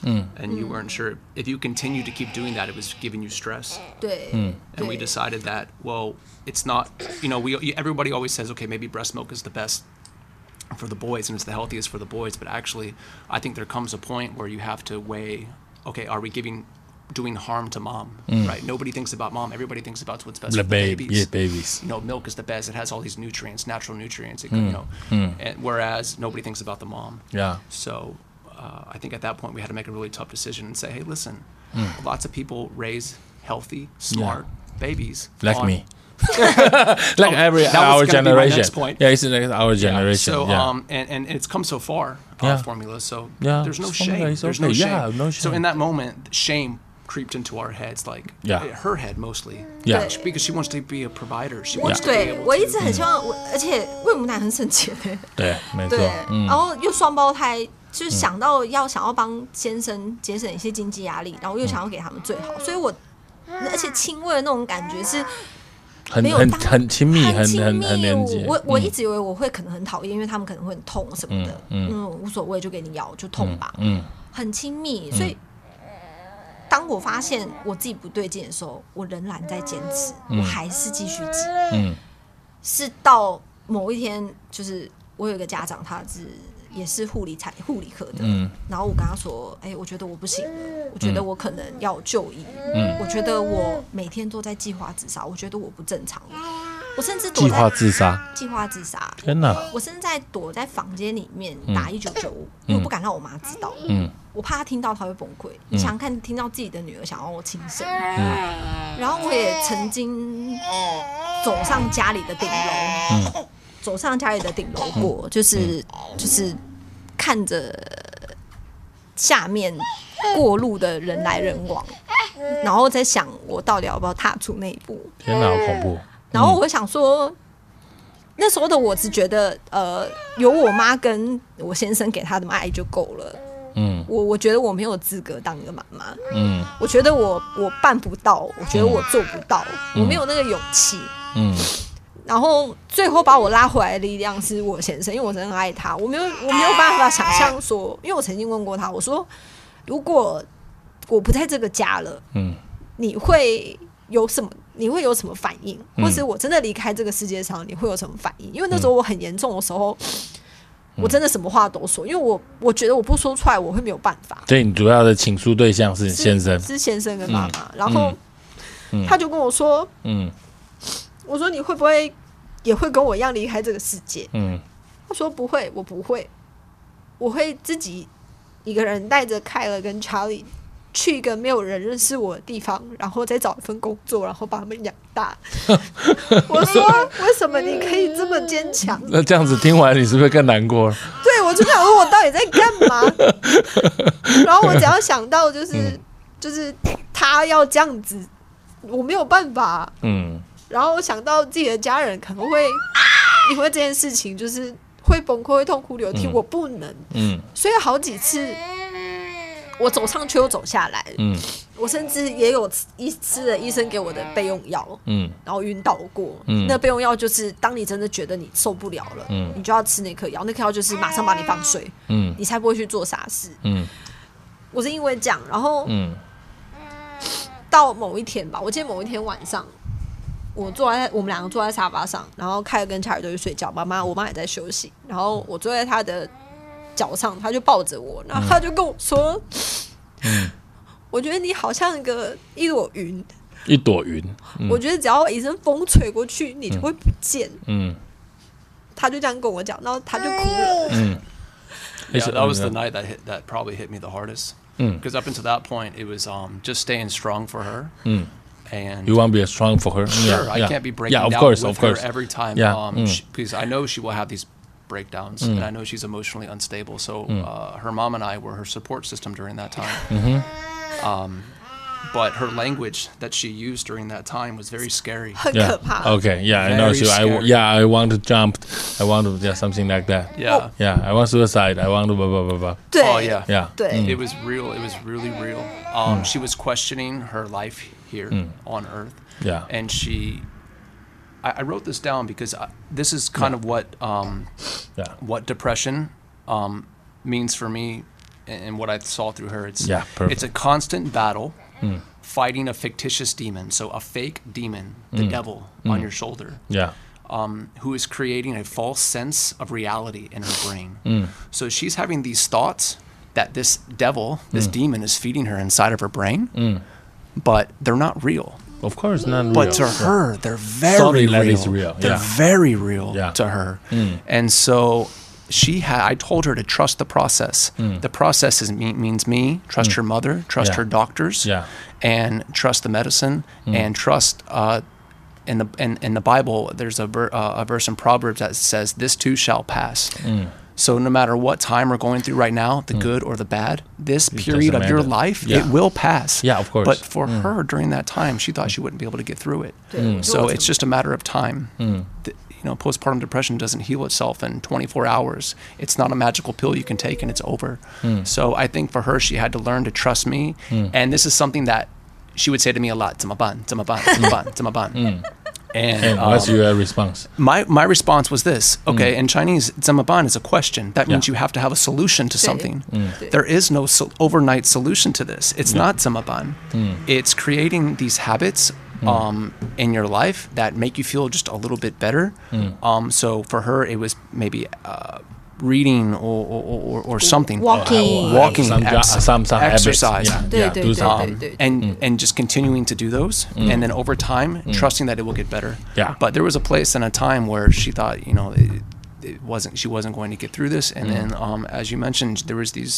Speaker 1: Mm.
Speaker 3: And you weren't sure if you continued to keep doing that, it was giving you stress.
Speaker 2: 对，
Speaker 3: And we
Speaker 2: 对
Speaker 3: decided that well, it's not. You know, we everybody always says okay, maybe breast milk is the best for the boys and it's the healthiest for the boys, but actually, I think there comes a point where you have to weigh, okay, are we giving doing harm to mom? Right? Nobody thinks about mom. Everybody thinks about what's best
Speaker 1: The
Speaker 3: for
Speaker 1: babe,
Speaker 3: the
Speaker 1: Mm. yeah,
Speaker 3: babies.
Speaker 1: babies.
Speaker 3: You know, milk is the best. It has all these nutrients, natural nutrients. It, You know, and whereas nobody thinks about the mom.
Speaker 1: Hmm. Yeah.
Speaker 3: So uh, I think at that point we had to make a really tough decision and say, hey, listen,
Speaker 1: Hmm.
Speaker 3: lots of people raise healthy, smart babies.
Speaker 1: Like
Speaker 3: on-
Speaker 1: me. like every
Speaker 3: that was
Speaker 1: our
Speaker 3: gonna be my
Speaker 1: generation.
Speaker 3: next point.
Speaker 1: Yeah, it's like our generation. Yeah.
Speaker 3: So um, and, and it's come so far uh,
Speaker 1: Yeah.
Speaker 3: formula. So
Speaker 1: Yeah,
Speaker 3: there's no
Speaker 1: it's formula,
Speaker 3: shame.
Speaker 1: it's
Speaker 3: There's no
Speaker 1: okay.
Speaker 3: shame.
Speaker 1: Yeah, no
Speaker 3: So
Speaker 1: shame.
Speaker 3: in that moment, shame creeped into our heads, like
Speaker 1: Yeah.
Speaker 3: her head mostly.
Speaker 1: Yeah.
Speaker 3: She- because she wants to be a provider. She
Speaker 2: 我
Speaker 3: wants to be
Speaker 2: 对
Speaker 3: able
Speaker 2: 我一
Speaker 3: to-
Speaker 2: 直很希望，我而且喂母奶很省钱欸，
Speaker 1: 对，没错
Speaker 2: 对。，
Speaker 1: 嗯
Speaker 2: 然后又双胞胎，就是想到要想要帮先生节省一些经济压力，然后又想要给他们最好，所以我而且亲喂的那种感觉是
Speaker 1: 很
Speaker 2: 没有
Speaker 1: 很
Speaker 2: 当
Speaker 1: 很亲密，很
Speaker 2: 亲
Speaker 1: 很
Speaker 2: 密
Speaker 1: 很连接。
Speaker 2: 我我
Speaker 1: 嗯
Speaker 2: 一直以为我会可能很讨厌，因为他们可能会很痛什么的，嗯，无所谓，就给你咬就痛吧，
Speaker 1: 嗯，
Speaker 2: 很亲密。所以当我发现我自己不对劲的时候，我仍然在坚持，我还是继续挤，
Speaker 1: 嗯，
Speaker 2: 是到某一天，就是我有一个家长，他是也是护理产护理科的，
Speaker 1: 嗯
Speaker 2: 然后我跟他说，哎、我觉得我不行了，我觉得我可能要就医，嗯，我觉得我每天都在计划自杀，我觉得我不正常了，我甚至躲
Speaker 1: 计划
Speaker 2: 在
Speaker 1: 自杀。嗯
Speaker 2: 计划自杀，
Speaker 1: 天哪！
Speaker 2: 我甚至在躲在房间里面打一九九五，因为我不敢让我妈知道，
Speaker 1: 嗯，
Speaker 2: 我怕她听到她会崩溃。你想想看，听到自己的女儿想要我轻生，然后我也曾经走上家里的顶楼，走上家里的顶楼过，就是就是看着下面过路的人来人往，然后在想我到底要不要踏出那一步。
Speaker 1: 天哪，好恐怖。
Speaker 2: 然
Speaker 1: 嗯
Speaker 2: 后我想说，那时候的我只觉得，呃，有我妈跟我先生给她的爱就够了。
Speaker 1: 嗯
Speaker 2: 我我觉得我没有资格当一个妈妈，
Speaker 1: 嗯
Speaker 2: 我觉得我我办不到，我觉得我做不到，我没有那个勇气。
Speaker 1: 嗯
Speaker 2: 然后最后把我拉回来的力量是我先生，因为我真的很爱他，我没有我没有办法想象说，因为我曾经问过他，我说如果我不在这个家了，
Speaker 1: 嗯
Speaker 2: 你会有什么？你会有什么反应？
Speaker 1: 嗯
Speaker 2: 或是我真的离开这个世界上，你会有什么反应？因为那时候我很严重的时候，
Speaker 1: 嗯
Speaker 2: 我真的什么话都说，因为我我觉得我不说出来，我会没有办法。
Speaker 1: 所以你主要的倾诉对象是
Speaker 2: 是
Speaker 1: 先生。
Speaker 2: 是先生跟妈妈，然后、他就跟我说
Speaker 1: 嗯：“
Speaker 2: 我说你会不会也会跟我一样离开这个世界
Speaker 1: 嗯？”
Speaker 2: 他说：“不会，我不会，我会自己一个人带着凯尔跟查理。”去一个没有人认识我的地方，然后再找一份工作，然后把他们养大。 我说：“为什么你可以这么坚强？”
Speaker 1: 那这样子听完，你是不是更难过了？
Speaker 2: 对我就想说，我到底在干嘛？然后我只要想到就是、就是他要这样子，我没有办法。
Speaker 1: 嗯
Speaker 2: 然后我想到自己的家人可能会因为这件事情就是会崩溃、会痛哭流涕，我不能。
Speaker 1: 嗯
Speaker 2: 所以好几次我走上去又走下来，
Speaker 1: 嗯
Speaker 2: 我甚至也有吃医吃了医生给我的备用药。
Speaker 1: 嗯
Speaker 2: 然后晕倒过。
Speaker 1: 嗯
Speaker 2: 那备用药就是当你真的觉得你受不了了，
Speaker 1: 嗯
Speaker 2: 你就要吃那颗药，那颗药就是马上把你放水，
Speaker 1: 嗯
Speaker 2: 你才不会去做傻事。
Speaker 1: 嗯
Speaker 2: 我是因为这样，然后
Speaker 1: 嗯
Speaker 2: 到某一天吧，我记得某一天晚上。我坐在我们两个坐在沙发上，然后凯尔跟查尔都去睡觉，妈妈我妈也在休息，然后我坐在他的脚上，他就抱着我，然后
Speaker 1: 嗯
Speaker 2: 他就跟我说：“我觉得你好像一个一朵云，
Speaker 1: 一朵云。嗯
Speaker 2: 我觉得只要一阵风吹过去，你就会不见。
Speaker 1: 嗯
Speaker 2: 他就这样跟我讲，然后他就哭了。
Speaker 3: 哎
Speaker 1: 嗯。
Speaker 3: Yeah, that was the
Speaker 1: 嗯
Speaker 3: night that hit, that probably hit me the hardest.
Speaker 1: Mm.
Speaker 3: Because up until that point, it was um, just staying strong for her. And
Speaker 1: Hmm. You want to be strong for her.
Speaker 3: sure,
Speaker 1: yeah,
Speaker 3: I
Speaker 1: yeah.
Speaker 3: can't be breaking
Speaker 1: Yeah, of
Speaker 3: down
Speaker 1: course,
Speaker 3: with
Speaker 1: of course.
Speaker 3: her every time.
Speaker 1: Yeah, Hmm.
Speaker 3: Um,
Speaker 1: mm.
Speaker 3: she- because I know she will have these breakdowns, and I know she's emotionally unstable. So
Speaker 1: Hmm.
Speaker 3: uh, her mom and I were her support system during that time. Um,
Speaker 1: Mm-hmm.
Speaker 3: but her language that she used during that time was very scary.
Speaker 2: 很
Speaker 1: Yeah.
Speaker 2: 可怕。
Speaker 1: Okay. 嗯 Yeah, I know.
Speaker 3: Very
Speaker 1: So I w-
Speaker 3: scary.
Speaker 1: yeah, I want to jump. I want to yeah something like that.
Speaker 3: Yeah.
Speaker 1: Yeah, I want suicide. I want to blah blah blah blah.
Speaker 2: 对
Speaker 3: Oh, yeah.
Speaker 1: Yeah. 嗯
Speaker 2: 对
Speaker 3: It was real. It was really real.
Speaker 1: Hmm.
Speaker 3: Um, She was questioning her life here on Earth.
Speaker 1: Yeah.
Speaker 3: And she, I, I wrote this down because I, this is kind of what um,
Speaker 1: Yeah.
Speaker 3: what depression um, means for me and, and what I saw through her. It's
Speaker 1: Yeah, perfect. Hmm.
Speaker 3: it's a constant battle fighting a fictitious demon, so a fake demon, the
Speaker 1: Hmm.
Speaker 3: devil on your shoulder
Speaker 1: Yeah.
Speaker 3: um, who is creating a false sense of reality in her brain.
Speaker 1: Hmm.
Speaker 3: So she's having these thoughts that this devil, this
Speaker 1: Hmm.
Speaker 3: demon, is feeding her inside of her brain, but they're not real.
Speaker 1: Of course, not
Speaker 3: But
Speaker 1: real.
Speaker 3: to her, they're very
Speaker 1: Sorry,
Speaker 3: real.
Speaker 1: that is real,
Speaker 3: They're
Speaker 1: yeah.
Speaker 3: very real
Speaker 1: Yeah. Hmm.
Speaker 3: to her. And so she had. I told her to trust the process. The process is me- means me. Trust your mother. Trust
Speaker 1: Hmm. Yeah.
Speaker 3: her doctors.
Speaker 1: Yeah. Hmm.
Speaker 3: And trust the medicine. And trust. Uh, in the in, in the Bible, there's a ver, uh, a verse in Proverbs that says, "This too shall pass."
Speaker 1: Hmm.
Speaker 3: So no matter what time we're going through right now, the good or the bad, this period of
Speaker 1: doesn't
Speaker 3: your
Speaker 1: matter.
Speaker 3: life,
Speaker 1: Yeah.
Speaker 3: it will pass.
Speaker 1: Yeah, of course.
Speaker 3: But for her during that time, she thought she wouldn't be able to get through it.
Speaker 2: Mm.
Speaker 3: So it's just a matter of time. Th- you know, postpartum depression doesn't heal itself in 24 hours. It's not a magical pill you can take and it's over. So I think for her, she had to learn to trust me. And this is something that she would say to me a lot, "Tamaban, tamaban, tamaban, tamaban." And,
Speaker 1: And
Speaker 3: um,
Speaker 1: what's your response?
Speaker 3: my my response was this. Okay, in Chinese, zamaban is a question. That means
Speaker 1: Mm. Yeah. Mm.
Speaker 3: you have to have a solution to something. There is no sol- overnight solution to this. It's not zamaban.
Speaker 1: Mm.
Speaker 3: It's creating these habits um, in your life that make you feel just a little bit better.
Speaker 1: Mm.
Speaker 3: Um, so for her, it was maybe uh, reading or or, or, or something.
Speaker 2: walking
Speaker 3: Walking
Speaker 1: Uh, some, jo-
Speaker 3: ex-
Speaker 1: some, some habits.
Speaker 3: exercise.
Speaker 1: Yeah, yeah,
Speaker 2: Do- do-
Speaker 1: do
Speaker 2: do-
Speaker 1: something.
Speaker 3: um, and
Speaker 1: mm.
Speaker 3: and just continuing to do those, and then over time, trusting that it will get better.
Speaker 1: Yeah.
Speaker 3: But there was a place and a time where she thought, you know, it, it wasn't. She wasn't going to get through this,
Speaker 1: Mm.
Speaker 3: and then, um, as you mentioned, there was these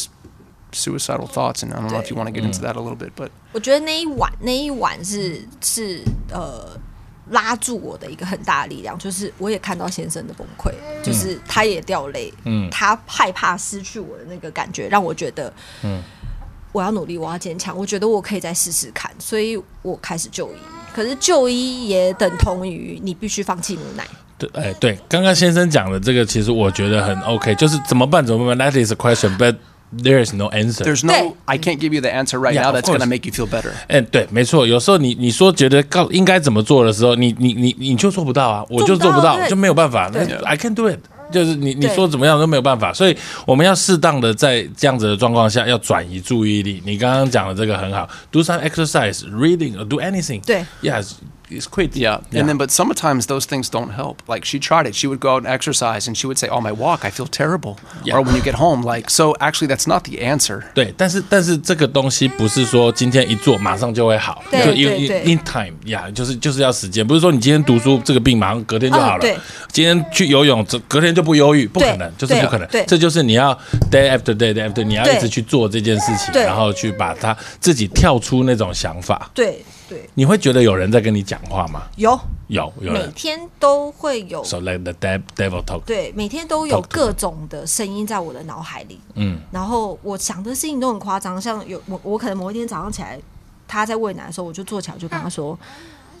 Speaker 3: suicidal thoughts, and I don't know if you want
Speaker 1: Mm.
Speaker 3: to get into that a little bit, but
Speaker 2: 我觉得那一晚，那一晚是是呃拉住我的一个很大的力量，就是我也看到先生的崩溃，就是他也掉泪，嗯，他害怕失去我的那个感觉，让我觉得，嗯，我要努力，我要坚强，我觉得我可以再试试看，所以我开始就医。可是就医也等同于你必须放弃母奶，
Speaker 1: 对，哎，对，刚刚先生讲的这个，其实我觉得很 OK，就是怎么办？怎么办？That is a question, but there is no answer.
Speaker 3: there's
Speaker 2: Hey.
Speaker 3: no. I can't give you the answer right
Speaker 1: Yeah,
Speaker 3: now.
Speaker 1: of
Speaker 3: That's going to
Speaker 1: course.
Speaker 3: make you feel better.
Speaker 1: 嗯，对，没错。有时候你你说觉得告应该怎么做的时候，你你你你就做不到啊，我就做
Speaker 2: 做
Speaker 1: 不
Speaker 2: 不到
Speaker 1: 到，
Speaker 2: 对
Speaker 1: 就没有办法。那
Speaker 2: 对
Speaker 1: I can do it，就是你你
Speaker 2: 对
Speaker 1: 说怎么样都没有办法。所以我们要适当的在这样子的状况下，要转移注意力。你刚刚讲的这个很好，do some exercise, reading, or do anything。
Speaker 2: 对
Speaker 1: ，yes, it's quit.
Speaker 3: Yeah. And then, but sometimes those things don't help. Like she tried it. She would go out and exercise and she would say, Oh, my walk, I feel terrible.
Speaker 1: Yeah.
Speaker 3: Or when you get home, like, so actually, that's not the answer.
Speaker 1: 对，但是但是这个东西不是说今天一做马上就会好，
Speaker 2: 对
Speaker 1: 就
Speaker 2: 对
Speaker 1: in
Speaker 2: 对
Speaker 1: in time 呀、就是就是要时间，不是说你今天读书这个病马上隔天就好了，
Speaker 2: 嗯对
Speaker 1: 今天去游泳，这隔天就不忧郁，不可
Speaker 2: 对
Speaker 1: 能，就是不可能
Speaker 2: 对，对
Speaker 1: 这就是你要 day after day day after，你要
Speaker 2: 对
Speaker 1: 一直去做这件事情，
Speaker 2: 对
Speaker 1: 然后去把它自己跳出那种想法，
Speaker 2: 对对，
Speaker 1: 你会觉得有人在跟你讲话吗？
Speaker 2: 有
Speaker 1: 有有
Speaker 2: 每
Speaker 1: 人
Speaker 2: 天都会有
Speaker 1: ，so like the dev- devil talk，
Speaker 2: 对，每天都有
Speaker 1: Talk to
Speaker 2: 各种的声音在我的脑海里，嗯，然后我想的事情都很夸张，像有我我可能某一天早上起来，他在喂奶的时候，我就坐起来我就跟他说，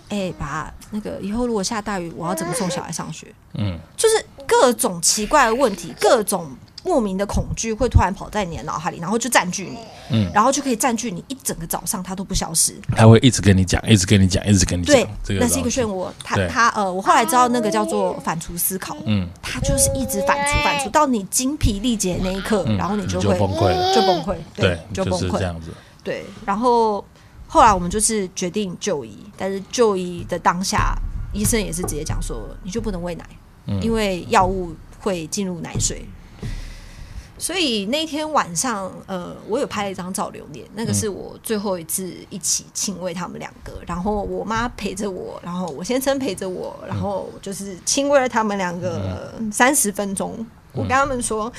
Speaker 2: 哎、爸，那个以后如果下大雨，我要怎么送小孩上学？嗯，就是各种奇怪的问题，各种莫名的恐惧会突然跑在你的脑海里，然后就占据你，嗯，然后就可以占据你一整个早上，它都不消失。
Speaker 1: 他会一直跟你讲，一直跟你讲，一直跟你讲
Speaker 2: 对，，
Speaker 1: 这个
Speaker 2: 那是一
Speaker 1: 东
Speaker 2: 个
Speaker 1: 西
Speaker 2: 漩涡。他
Speaker 1: 对
Speaker 2: 他呃，我后来知道那个叫做反刍思考，嗯，他就是一直反刍反刍到你精疲力竭那一刻，然后
Speaker 1: 嗯
Speaker 2: 你
Speaker 1: 你
Speaker 2: 就
Speaker 1: 就
Speaker 2: 会
Speaker 1: 崩溃了，
Speaker 2: 就崩溃，
Speaker 1: 对，
Speaker 2: 就
Speaker 1: 就
Speaker 2: 崩
Speaker 1: 是这
Speaker 2: 溃，
Speaker 1: 样子。
Speaker 2: 对。然后后来我们就是决定就医，但是就医的当下，医生也是直接讲说，你就不能喂奶，因为药物会进入奶水。所以那天晚上，呃，我有拍了一张照留念，那个是我最后一次一起亲喂他们两个，然后我妈陪着我，然后我先生陪着我，然后就是亲喂了他们两个三十分钟。我跟他们说：“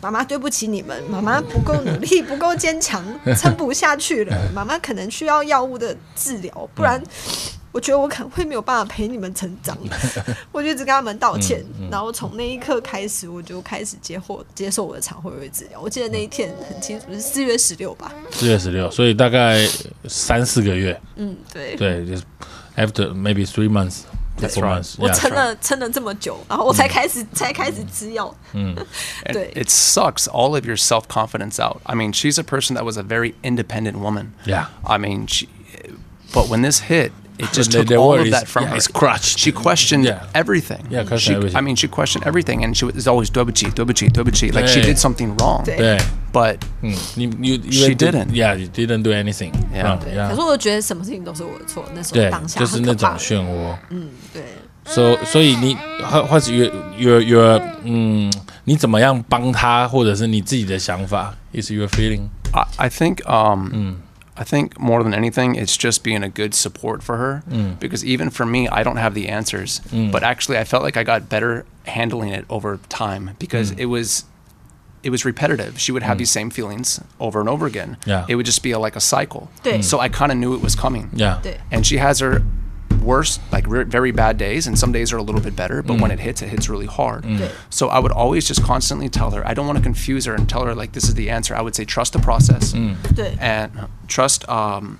Speaker 2: 妈妈，对不起你们，妈妈不够努力，不够坚强，撑不下去
Speaker 1: 嗯
Speaker 2: 了，妈妈可能需要药物的治疗，不然
Speaker 1: 嗯
Speaker 2: 我觉得我可能会没有办法陪你们成 长。我就一直跟他们道歉，
Speaker 1: 嗯
Speaker 2: 然后从那一刻开始，我就开始接获接受我的肠胃胃治疗。我记得那一天很清楚，是四月十六吧？
Speaker 1: 四月十六，所以大概三四个月，
Speaker 2: 嗯，对。
Speaker 1: 对，就是 after maybe three months to
Speaker 3: That's
Speaker 1: four
Speaker 3: right.
Speaker 1: months，
Speaker 2: 我
Speaker 1: yeah.
Speaker 2: 撑了撑了这么久，然后我才开
Speaker 1: 嗯
Speaker 2: 始、才开始吃药。
Speaker 3: And
Speaker 2: Right.
Speaker 3: it sucks all of your self confidence out. I mean, she's a person that was a very independent woman.
Speaker 1: Yeah.
Speaker 3: I mean, she, but when this hit, it just
Speaker 1: Their-
Speaker 3: took
Speaker 1: their
Speaker 3: all
Speaker 1: word
Speaker 3: of
Speaker 1: is-
Speaker 3: that from
Speaker 1: yeah,
Speaker 3: her.
Speaker 1: it's crushed.
Speaker 3: She questioned
Speaker 1: Yeah.
Speaker 3: everything.
Speaker 1: Yeah, questioned
Speaker 3: She-
Speaker 1: everything.
Speaker 3: I mean, she questioned everything, and she was always dobuchi, dobuchi, dobuchi. Like she
Speaker 1: Yeah.
Speaker 3: did something wrong,
Speaker 1: 对，
Speaker 3: but
Speaker 1: 嗯，你你 you
Speaker 3: She
Speaker 1: did-
Speaker 3: didn't.
Speaker 1: yeah, you didn't do anything，
Speaker 3: Yeah.
Speaker 1: 嗯
Speaker 2: 对，
Speaker 1: yeah
Speaker 2: 可是我觉得什么事情都是我的错，那时候
Speaker 1: 对
Speaker 2: 当，下
Speaker 1: 就是
Speaker 2: 很
Speaker 1: 那
Speaker 2: 可
Speaker 1: 种
Speaker 2: 怕
Speaker 1: 漩涡。
Speaker 2: 嗯对，
Speaker 1: 所所以你或或者 your your your 嗯，你怎么样帮他，或者是你自己的想法，is your feeling？
Speaker 3: I, I think um, I think more than anything, it's just being a good support for her. Because even for me, I don't have the answers. But actually, I felt like I got better handling it over time because it was it was repetitive. She would have these same feelings over and over again.
Speaker 1: Yeah.
Speaker 3: It would just be a, like a cycle.
Speaker 2: Mm.
Speaker 3: So I kind of knew it was coming.
Speaker 1: Yeah.
Speaker 2: 对
Speaker 3: And she has her worst, like re- very bad days, and some days are a little bit better. But when it hits, it hits really hard.
Speaker 2: Right.
Speaker 3: So I would always just constantly tell her. I don't want to confuse her and tell her like this is the answer. I would say trust the process
Speaker 2: 对
Speaker 3: and trust, um,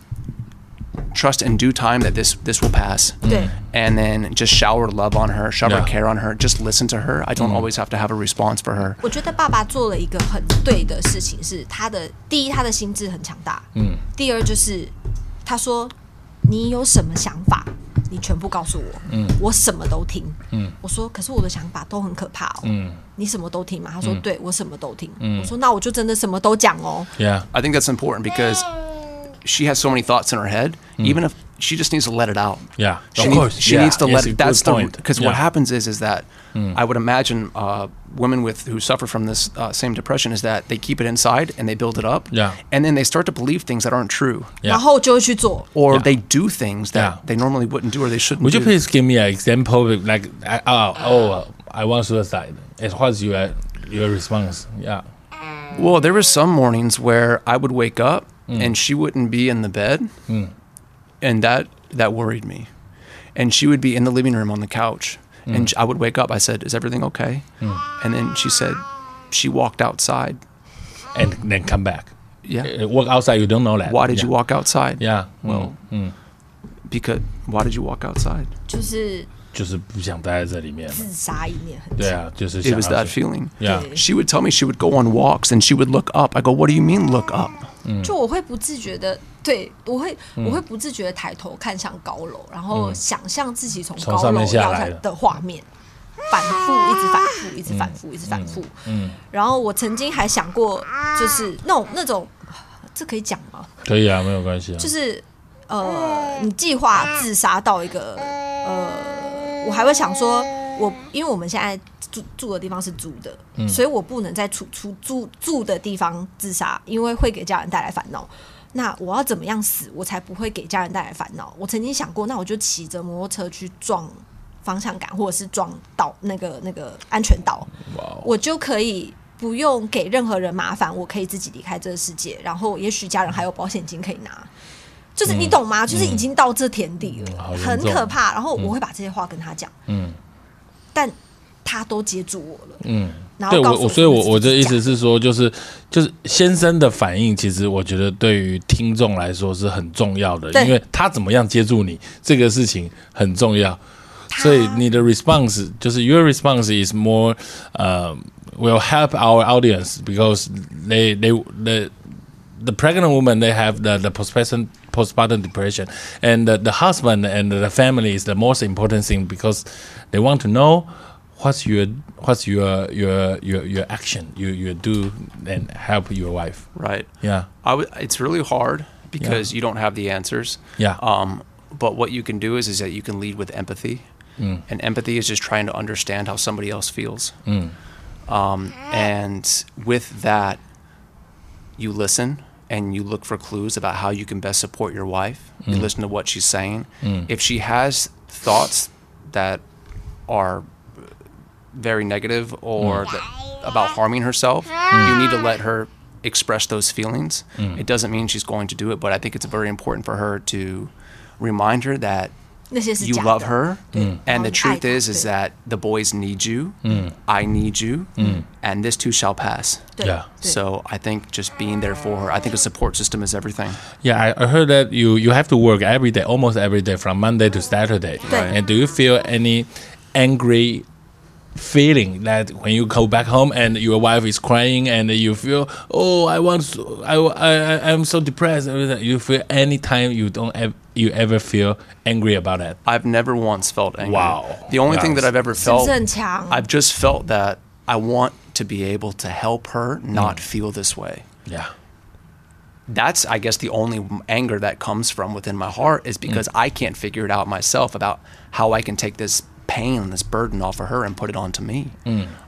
Speaker 3: trust in due time that this this will pass.
Speaker 2: 对
Speaker 3: And then just shower love on her, shower
Speaker 1: Yeah.
Speaker 3: care on her. Just listen to her. I don't always have to have a response for her.
Speaker 2: 我觉得爸爸做了一个很对的事情，是他的第一，他的心智很强大，嗯，第二就是他说你有什么想法，你全部告诉我，嗯，我什么都听，嗯，我说可是我的想法都很可怕哦，嗯，你什么都听吗？他说、对我什么都听，我说那我就真的什么都讲哦，
Speaker 1: Yeah.
Speaker 3: I think that's important because she has so many thoughts in her head. Even if she just needs to let it out.
Speaker 1: Hmm. Yeah.
Speaker 3: she
Speaker 1: Of
Speaker 3: needs,
Speaker 1: course.
Speaker 3: She
Speaker 1: Yeah.
Speaker 3: needs to
Speaker 1: Yes,
Speaker 3: let
Speaker 1: a
Speaker 3: it. That's
Speaker 1: good
Speaker 3: the
Speaker 1: point.
Speaker 3: because
Speaker 1: Yeah. Hmm.
Speaker 3: what happens is is that I would imagine uh, women with who suffer from this uh, same depression is that they keep it inside and they build it up.
Speaker 1: Yeah.
Speaker 3: And then they start to believe things that aren't true,
Speaker 1: Yeah.
Speaker 2: 然后就会去做，
Speaker 3: or they do things that
Speaker 1: Yeah.
Speaker 3: they normally wouldn't do or they shouldn't.
Speaker 1: Would you
Speaker 3: do.
Speaker 1: please give me an example? Of, like, I, oh, oh, I want suicide. As what's your your response? Yeah.
Speaker 3: Well, there were some mornings where I would wake up
Speaker 1: Hmm.
Speaker 3: and she wouldn't be in the bed, and that that worried me. And she would be in the living room on the couch,
Speaker 1: Hmm.
Speaker 3: and sh- I would wake up. I said, "Is everything okay?" And then she said, "She walked outside."
Speaker 1: And then come back.
Speaker 3: Yeah.
Speaker 1: Uh, Walk outside. You don't know that.
Speaker 3: Why did you
Speaker 1: eh,
Speaker 3: Mm.
Speaker 1: Yeah.
Speaker 3: walk outside?
Speaker 1: Yeah.
Speaker 3: Well, because why did you walk outside?
Speaker 2: 就是
Speaker 1: 就是不想待在这里面 了。
Speaker 2: 自杀意念很
Speaker 1: 对
Speaker 2: 强，
Speaker 1: 啊，就是想
Speaker 3: It was
Speaker 1: 要
Speaker 3: that
Speaker 1: 去
Speaker 3: feeling.
Speaker 1: Yeah.
Speaker 2: 对
Speaker 3: She would tell me she would go on walks and she would look up. I go, "What do you mean look up?"
Speaker 1: 嗯
Speaker 2: 就我会不自觉的，对我会、我会不自觉的抬头看向高楼，然后想象自己从
Speaker 1: 嗯从
Speaker 2: 高
Speaker 1: 上
Speaker 2: 楼
Speaker 1: 面下
Speaker 2: 掉
Speaker 1: 来
Speaker 2: 下
Speaker 1: 了
Speaker 2: 的画面，反复一直反复，一直反复，一直反复。嗯，然后我曾经还想过，就是那种那种，这可以讲吗？
Speaker 1: 可以啊，没有关系啊。
Speaker 2: 就是呃，你计划自杀到一个呃，我还会想说，我因为我们现在住住的地方是租的，所以我不能在出出住住的地方自杀，因为会给家人带来烦恼。那我要怎么样死，我才不会给家人带来烦恼？我曾经想过，那我就骑着摩托车去撞方向杆，或者是撞到那个那个安全岛。
Speaker 1: 哦
Speaker 2: 我就可以不用给任何人麻烦，我可以自己离开这个世界，然后也许家人还有保险金可以拿。就是你懂吗？就是已经到这田地了，
Speaker 1: 嗯好严
Speaker 2: 很
Speaker 1: 重
Speaker 2: 可怕。然后我会把这些话跟他讲，嗯，但他都接住我了，嗯，然
Speaker 1: 对
Speaker 2: 后告
Speaker 1: 我，
Speaker 2: 诉
Speaker 1: 我所以我，我的意
Speaker 2: 自己
Speaker 1: 思是说，就是就是先生的反应，其实我觉得对于听众来说是很重要的，
Speaker 2: 对
Speaker 1: 因为他怎么样接住你这个事情很重要。所以你的 response 就是 your response is more 呃、will help our audience because they they the the pregnant woman they have the the postpartum postpartum depression and the, the husband and the family is the most important thing because they want to know what's your what's your your your your action you you do and help your wife
Speaker 3: Right.
Speaker 1: yeah
Speaker 3: I w- it's really hard because you don't have the answers.
Speaker 1: Yeah.
Speaker 3: Um, but what you can do is is that you can lead with empathy, and empathy is just trying to understand how somebody else feels. Um, and with that, you listen and you look for clues about how you can best support your wife. You listen to what she's saying. If she has thoughts that are very negative or
Speaker 1: Mm.
Speaker 3: that, about harming herself, you need to let her express those feelings.
Speaker 1: Mm.
Speaker 3: It doesn't mean she's going to do it, but I think it's very important for her to remind her that
Speaker 2: 那些是
Speaker 3: you
Speaker 2: 假
Speaker 3: love
Speaker 2: 的
Speaker 3: her
Speaker 2: 然后
Speaker 1: Mm.
Speaker 3: and the
Speaker 2: 你
Speaker 3: truth
Speaker 2: 爱
Speaker 3: is
Speaker 2: 她
Speaker 3: is
Speaker 2: 对
Speaker 3: that the boys need you. I need you.
Speaker 1: Mm.
Speaker 3: And this too shall pass.
Speaker 2: 对
Speaker 1: Yeah.
Speaker 2: 对
Speaker 3: So I think just being there for her, I think a support system is everything.
Speaker 1: yeah I, I heard that you you have to work every day almost every day from Monday to Saturday
Speaker 2: Right.
Speaker 1: and do you feel any angry feeling that when you go back home and your wife is crying and you feel oh I want so- I I I- I'm so depressed you feel anytime you don't ev- you ever feel angry about that
Speaker 3: I've never once felt angry.
Speaker 1: Wow.
Speaker 3: The only
Speaker 1: That
Speaker 3: thing that
Speaker 1: was-
Speaker 3: I've ever
Speaker 2: 不
Speaker 3: felt,
Speaker 2: 是很强？
Speaker 3: I've just felt that I want to be able to help her not feel this way.
Speaker 1: yeah
Speaker 3: That's, I guess, the only anger that comes from within my heart is because I can't figure it out myself about how I can take this pain, this burden off of her and put it onto me.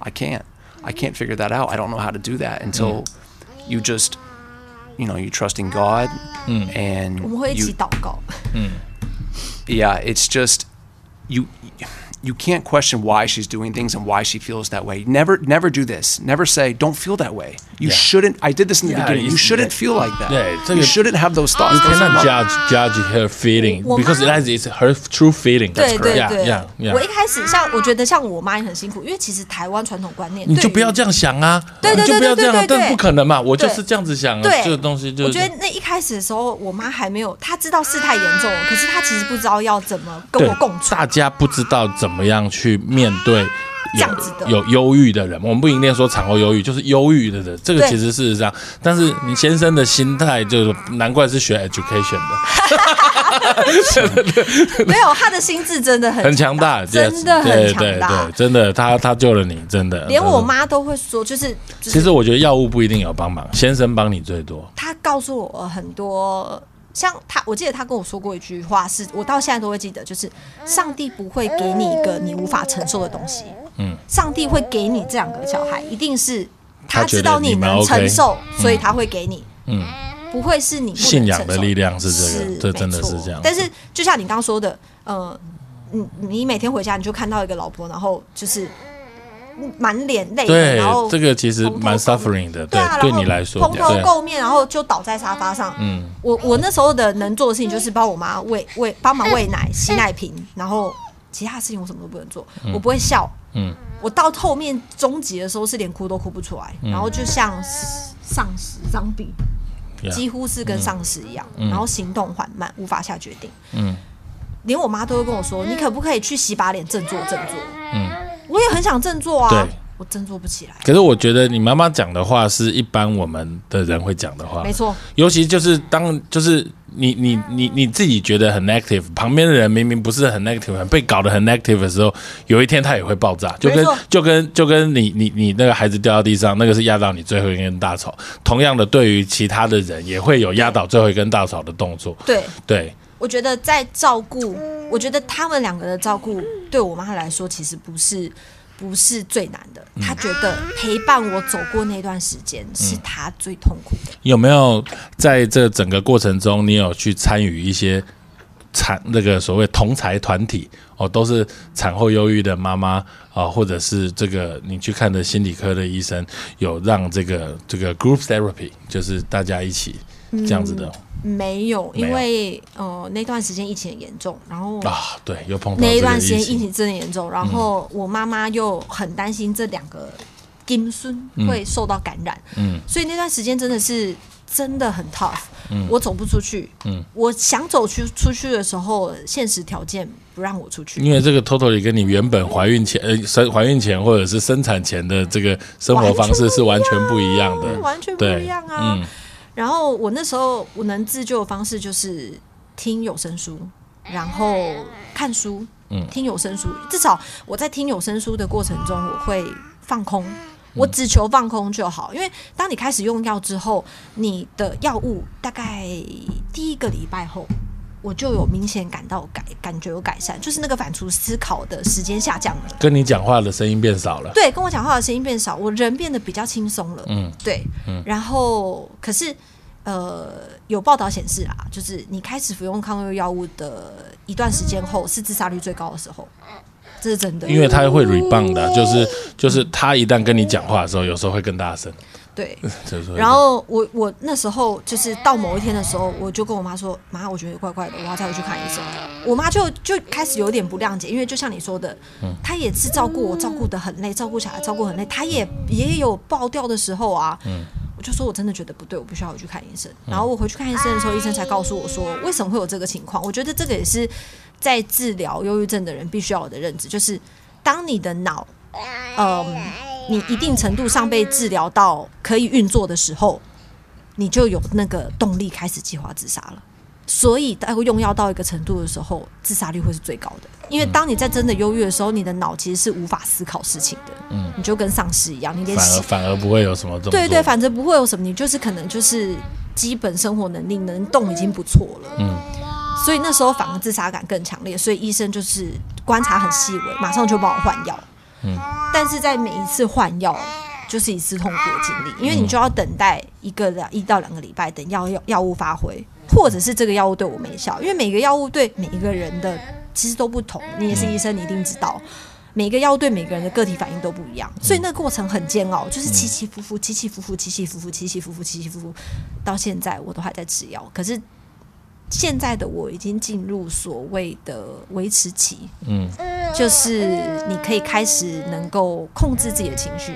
Speaker 3: I can't. I can't figure that out. I don't know how to do that until you just, you know, you trust in God and
Speaker 2: 我们会一
Speaker 3: you-
Speaker 2: 起祷告。
Speaker 3: yeah it's just you you can't question why she's doing things and why she feels that way never never do this never say don't feel that way you
Speaker 1: Yeah.
Speaker 3: shouldn't i did this in the
Speaker 1: Yeah,
Speaker 3: beginning you
Speaker 1: it's-
Speaker 3: shouldn't feel like that
Speaker 1: Yeah, it's like
Speaker 3: you
Speaker 1: a-
Speaker 3: shouldn't have those
Speaker 1: you
Speaker 3: thoughts Those are
Speaker 1: cannot
Speaker 3: not-
Speaker 1: judge judge her feeling
Speaker 2: 我妈
Speaker 1: because that is her true feeling
Speaker 2: 对对
Speaker 1: yeah
Speaker 2: 对
Speaker 1: yeah
Speaker 2: 我一
Speaker 1: yeah
Speaker 2: 开始像我觉得像我妈也很辛苦，因为其实台湾传统观念，
Speaker 1: 你就不要
Speaker 2: 对于
Speaker 1: 这样想啊
Speaker 2: 对对
Speaker 1: 你就不要这
Speaker 2: 对对
Speaker 1: 样啊
Speaker 2: 对对对
Speaker 1: 但不可能嘛我就
Speaker 2: 对
Speaker 1: 是这样子想啊
Speaker 2: 对
Speaker 1: 这个东西就
Speaker 2: 我
Speaker 1: 是
Speaker 2: 觉得那一开始的时候，我妈还没有，她知道事态严重了，可是她其实不知道要怎么跟
Speaker 1: 嗯对
Speaker 2: 我共处。
Speaker 1: 大家不知道怎么样去面对有。
Speaker 2: 这样子的
Speaker 1: 有忧郁的人，我们不一定说产后忧郁，就是忧郁的人。这个
Speaker 2: 对
Speaker 1: 其实事实上，但是你先生的心态就是难怪是学 education 的，
Speaker 2: 没有，她的心智真的很
Speaker 1: 很强大，
Speaker 2: 真的
Speaker 1: yes，
Speaker 2: 很
Speaker 1: 对对
Speaker 2: 强大
Speaker 1: 对，。真的，他他救了你，真的。
Speaker 2: 连
Speaker 1: 真的
Speaker 2: 我，妈都会说，就是就是
Speaker 1: 其实我觉得药物不一定有帮忙，先生帮你最多。
Speaker 2: 他告诉我很多，像他，我记得他跟我说过一句话，是我到现在都会记得，就是上帝不会给你一个你无法承受的东西，嗯，上帝会给你这两个小孩，一定是
Speaker 1: 他
Speaker 2: 他
Speaker 1: 觉得
Speaker 2: 知道
Speaker 1: 你们
Speaker 2: 能
Speaker 1: OK，
Speaker 2: 承受，所以他会给你，嗯，不会是你不能
Speaker 1: 信仰的
Speaker 2: 承受
Speaker 1: 力量是这个
Speaker 2: 是，
Speaker 1: 这真的
Speaker 2: 没错
Speaker 1: 是这样
Speaker 2: 但是就像你刚说的，呃，你你每天回家你就看到一个老婆，然后就是满脸泪痕，
Speaker 1: 对
Speaker 2: 然后，
Speaker 1: 这个其实
Speaker 2: 蓬头
Speaker 1: 蛮
Speaker 2: 垢面
Speaker 1: suffering 的，对
Speaker 2: 对啊，，
Speaker 1: 对
Speaker 2: 然后
Speaker 1: 你来说，
Speaker 2: 蓬头
Speaker 1: 对，
Speaker 2: 垢面，然后就倒在沙发上。嗯，我我那时候的能做的事情就是帮我妈喂喂，帮忙喂奶、洗奶瓶，然后其他事情我什么都不能做，我不会笑。
Speaker 1: 嗯
Speaker 2: 嗯，我到后面终极的时候是连哭都哭不出来，然后就像丧尸张比，
Speaker 1: Yeah 嗯
Speaker 2: 几乎是跟丧尸一样，然后行动缓慢，无法下决定。连我妈都会跟我说：“你可不可以去洗把脸，振作振作？”嗯，我也很想振作啊
Speaker 1: 对，
Speaker 2: 我振作不起来。
Speaker 1: 可是我觉得你妈妈讲的话是一般我们的人会讲的话，
Speaker 2: 没错，
Speaker 1: 尤其就是当就是你你你你自己觉得很 negative，旁边的人明明不是很 negative，很被搞得很 negative 的时候，有一天他也会爆炸，就跟
Speaker 2: 没错
Speaker 1: 就跟就跟你你你那个孩子掉到地上，那个是压倒你最后一根稻草。同样的，对于其他的人也会有压倒最后一根稻草的动作。
Speaker 2: 对。
Speaker 1: 对，
Speaker 2: 我觉得在照顾，我觉得他们两个的照顾对我妈来说其实不是不是最难的，她觉得陪伴我走过那段时间是她最痛苦的。
Speaker 1: 有没有在这整个过程中，你有去参与一些产那个所谓同才团体哦，都是产后忧郁的妈妈啊、或者是这个你去看的心理科的医生，有让这个这个 group therapy，就是大家一起这样子的、
Speaker 2: 没有，
Speaker 1: 没有
Speaker 2: 因为呃那段时间疫情很严重，然后
Speaker 1: 啊，对，又碰到
Speaker 2: 那一
Speaker 1: 这
Speaker 2: 段
Speaker 1: 个
Speaker 2: 时间
Speaker 1: 疫
Speaker 2: 疫
Speaker 1: 情，嗯
Speaker 2: 情真的严重，然后我妈妈又很担心这两个呃金孙
Speaker 1: 嗯
Speaker 2: 会受到感染，嗯，所以那段时间真的是真的很 tough，嗯，我走不出去，嗯，我想走去出去的时候，现实条件不让我出去，
Speaker 1: 因为这个 totally 跟你原本怀孕前呃生怀孕前或者是生产前的这个生活方式是完全不一样的，
Speaker 2: 嗯完全不
Speaker 1: 对嗯
Speaker 2: 一样啊。然后我那时候我能自救的方式就是听有声书，然后看书，
Speaker 1: 嗯
Speaker 2: 听有声书。至少我在听有声书的过程中，我会放空，我只求放空就好。因为当你开始用药之后，你的药物大概第一个礼拜后。我就有明显感到改，感觉有改善，就是那个反刍思考的时间下降了。
Speaker 1: 跟你讲话的声音变少了。
Speaker 2: 对，跟我讲话的声音变少，我人变得比较轻松了。嗯，对。然后，可是呃，有报道显示啦，就是你开始服用抗忧药物的一段时间后，是自杀率最高的时候，这是真的。
Speaker 1: 因为它会 rebound 的、啊就是就是它一旦跟你讲话的时候，有时候会更大声，
Speaker 2: 对，
Speaker 1: 就是会
Speaker 2: 然后我我那时候就是到某一天的时候，我就跟我妈说：“妈，我觉得怪怪的，我要带我去看医生。”我妈就就开始有点不谅解，因为就像你说的，她也是照顾我，照顾的很累，照顾小孩照顾很累，她也也有爆掉的时候啊。我就说我真的觉得不对，我必须要去看医生。然后我回去看医生的时候，医生才告诉我说为什么会有这个情况。我觉得这个也是在治疗忧郁症的人必须要有的认知，就是当你的脑嗯，你一定程度上被治疗到可以运作的时候，你就有那个动力开始计划自杀了。所以，当用药到一个程度的时候，自杀率会是最高的。因为当你在真的忧郁的时候，你的脑其实是无法思考事情的，嗯，你就跟丧尸一样，你连
Speaker 1: 反而
Speaker 2: 想
Speaker 1: 反而不会有什么动作。
Speaker 2: 对对，反正不会有什么，你就是可能就是基本生活能力能动已经不错了，嗯，所以那时候反而自杀感更强烈，所以医生就是观察很细微，马上就帮我换药，嗯，但是在每一次换药就是一次痛苦的经历，因为你就要等待一个两一到两个礼拜，等药药药物发挥，或者是这个药物对我没效，因为每个药物对每一个人的其实都不同，你也是医生，你一定知道。每个药对每个人的个体反应都不一样，
Speaker 1: 嗯
Speaker 2: 所以那个过程很煎熬，就是起起伏伏，起起伏伏，起起伏伏，起起伏伏，起起伏伏，到现在我都还在吃药，可是现在的我已经进入所谓的维持期，
Speaker 1: 嗯，
Speaker 2: 就是你可以开始能够控制自己的情绪，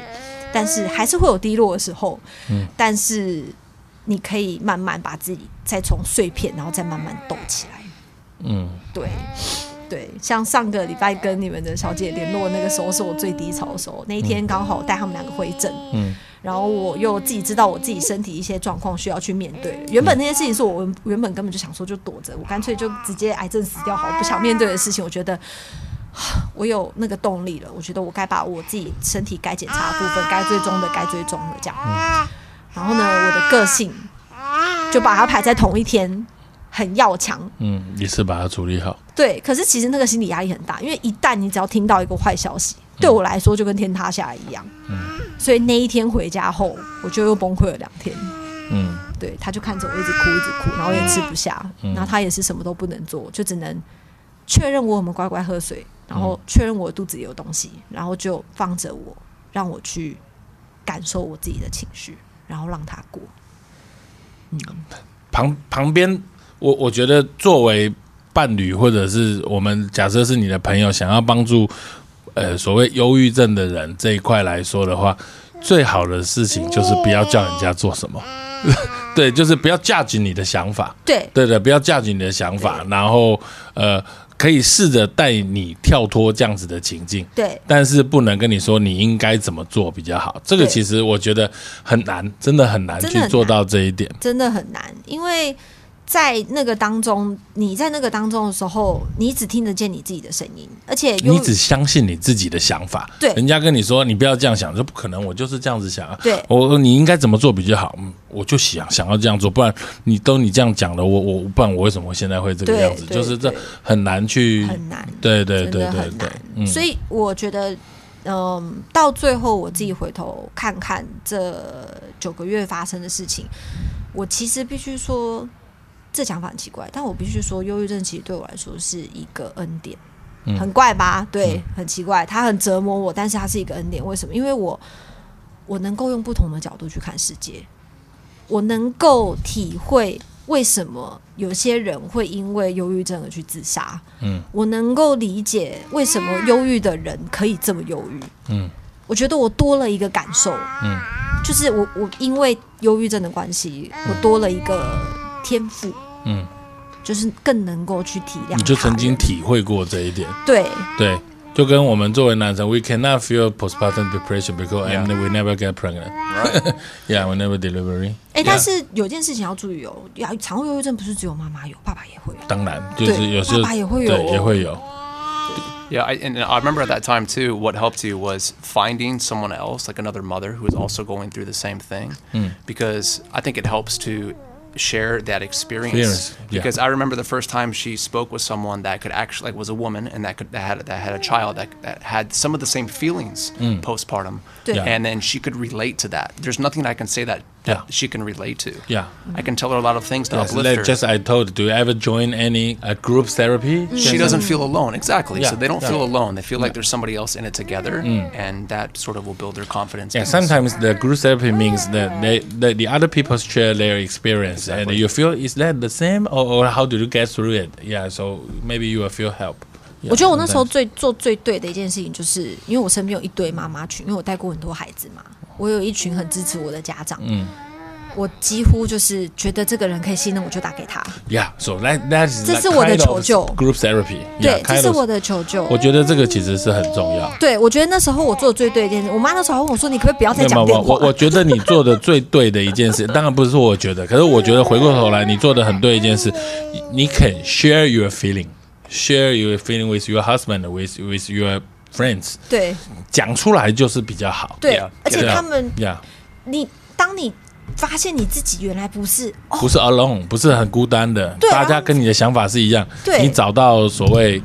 Speaker 2: 但是还是会有低落的时候，嗯，但是你可以慢慢把自己再从碎片，然后再慢慢抖起来，
Speaker 1: 嗯，
Speaker 2: 对。对，像上个礼拜跟你们的小姐联络那个时候，是我最低潮的时候。那一天刚好带他们两个回诊，
Speaker 1: 嗯，
Speaker 2: 然后我又自己知道我自己身体一些状况需要去面对。原本那些事情是我原原本根本就想说就躲着，我干脆就直接癌症死掉好，我不想面对的事情，我觉得 啊我有那个动力了，我觉得我该把我自己身体该检查的部分、该追踪的该追踪了这样。然后呢，我的个性就把它排在同一天，很要强，
Speaker 1: 嗯，一次把它处理好。
Speaker 2: 对，可是其实那个心理压力很大，因为一旦你只要听到一个坏消息，对我来说就跟天塌下来一样。所以那一天回家后，我就又崩溃了两天。
Speaker 1: 嗯，
Speaker 2: 对，他就看着我一直哭，一直哭，然后也吃不下，然后他也是什么都不能做，就只能确认我有没有乖乖喝水，然后确认我肚子里有东西，然后就放着我，让我去感受我自己的情绪，然后让他过。
Speaker 1: 旁旁边，我我觉得作为伴侣或者是我们假设是你的朋友，想要帮助呃所谓忧郁症的人这一块来说的话，最好的事情就是不要叫人家做什么， 对，就是不要 judge 你的想法，
Speaker 2: 对，
Speaker 1: 对的，不要 judge 你的想法，然后呃可以试着带你跳脱这样子的情境，
Speaker 2: 对，
Speaker 1: 但是不能跟你说你应该怎么做比较好。这个
Speaker 2: 对
Speaker 1: 其实我觉得很难，真的很难
Speaker 2: 真的
Speaker 1: 去
Speaker 2: 很
Speaker 1: 做
Speaker 2: 难
Speaker 1: 到这一点。
Speaker 2: 真的很难，因为在那个当中，你在那个当中的时候，你只听得见你自己的声音，而且忧
Speaker 1: 你只相信你自己的想法，
Speaker 2: 对
Speaker 1: 人家跟你说你不要这样想，这不可能，我就是这样子想啊。
Speaker 2: 对
Speaker 1: 我你应该怎么做比较好？嗯，我就想想要这样做，不然你都你这样讲了，我我不然我为什么现在会这个
Speaker 2: 对
Speaker 1: 样子？
Speaker 2: 对
Speaker 1: 就是这
Speaker 2: 对
Speaker 1: 很难去，
Speaker 2: 很难，
Speaker 1: 对对
Speaker 2: 真
Speaker 1: 对
Speaker 2: 的
Speaker 1: 对
Speaker 2: 很
Speaker 1: 对嗯
Speaker 2: 难。。所以我觉得，嗯，到最后我自己回头看看这九个月发生的事情，我其实必须说，这讲法很奇怪，但我必须说，忧郁症其实对我来说是一个恩典。
Speaker 1: 嗯
Speaker 2: 很怪吧？对，很奇怪，它很折磨我，但是它是一个恩典。为什么？因为我我能够用不同的角度去看世界，我能够体会为什么有些人会因为忧郁症而去自杀。嗯，我能够理解为什么忧郁的人可以这么忧郁。
Speaker 1: 嗯，
Speaker 2: 我觉得我多了一个感受。
Speaker 1: 嗯，
Speaker 2: 就是我我因为忧郁症的关系，我多了一个天赋。
Speaker 1: 嗯，
Speaker 2: 就是更能够去体谅他人。
Speaker 1: 你就曾经体会过这一点，
Speaker 2: 对
Speaker 1: 对。就跟我们作为男生，we cannot feel postpartum depression because
Speaker 3: Yeah.
Speaker 1: we never get pregnant. Yeah, we never delivery.
Speaker 2: 哎、
Speaker 1: Yeah.
Speaker 2: 但是有件事情要注意哦，呀，产后忧郁症不是只有妈妈有，爸爸也会有。
Speaker 1: 当然，就是
Speaker 2: 对
Speaker 1: 有时候
Speaker 2: 爸爸也会有
Speaker 1: 对也会有。
Speaker 3: Yeah, I, and I remember at that time too. What helped you was finding someone else, like another mother, who was also going through the same thing.
Speaker 1: Hmm.
Speaker 3: Because I think it helps to share that experience.
Speaker 1: Experience, yeah.
Speaker 3: Because I remember the first time she spoke with someone that could actually like was a woman and that could that had that had a child that, that had some of the same feelings
Speaker 1: Hmm.
Speaker 3: postpartum,
Speaker 2: Yeah. Yeah.
Speaker 3: and then she could relate to that. There's nothing I can say that, that
Speaker 1: Yeah.
Speaker 3: she can relate to.
Speaker 1: Yeah.
Speaker 3: I can tell her a lot of things to
Speaker 1: Yes,
Speaker 3: uplift
Speaker 1: like
Speaker 3: her.
Speaker 1: just I told, do you ever join any uh, group therapy?
Speaker 2: Mm.
Speaker 3: she doesn't feel alone exactly
Speaker 1: Yeah,
Speaker 3: so they don't
Speaker 1: yeah. Mm.
Speaker 3: feel alone they feel like there's somebody else in it together and that sort of will build their confidence
Speaker 1: Yeah,
Speaker 3: because-
Speaker 1: sometimes the group therapy means that they, that the other people share their experience, and
Speaker 3: Exactly.
Speaker 1: you feel is that the same, or, or how do you get through it? Yeah, so maybe you will feel help. Yeah,
Speaker 2: 我觉得我那时候
Speaker 1: sometimes.
Speaker 2: 最做最对的一件事情，就是因为我身边有一堆妈妈群，因为我带过很多孩子嘛，我有一群很支持我的家长。嗯，我几乎就是觉得这个人可以信任，我就打给他。
Speaker 1: Yeah, so that that is
Speaker 2: 这
Speaker 1: like
Speaker 2: 是我的
Speaker 1: kind of
Speaker 2: 求救
Speaker 1: group therapy.
Speaker 2: 对
Speaker 1: Yeah,，kind
Speaker 2: 这是
Speaker 1: of-
Speaker 2: 我的求救。
Speaker 1: 我觉得这个其实是很重要。
Speaker 2: 对，我觉得那时候我做的最对的一件事，我妈那时候还问我说：“你可不可以不要再
Speaker 1: 没有
Speaker 2: 讲
Speaker 1: 没
Speaker 2: 电
Speaker 1: 有，
Speaker 2: 话
Speaker 1: 我？”我觉得你做的最对的一件事，当然不是说我觉得，可是我觉得回过头来，你做的很对的一件事，你你肯 share your feeling。Share your feeling with your husband, with with your friends，
Speaker 2: 对
Speaker 1: 讲出来就是比较好。
Speaker 2: 对
Speaker 3: Yeah，
Speaker 2: 而且
Speaker 1: yeah，
Speaker 2: 他们，
Speaker 1: yeah，
Speaker 2: 你当你发现你自己原来 不是哦，
Speaker 1: 不是 alone，不是很孤单的，
Speaker 2: 对
Speaker 1: 大
Speaker 2: 然
Speaker 1: 家
Speaker 2: 后
Speaker 1: 跟你的想法是一样。
Speaker 2: 对
Speaker 1: 你找到所谓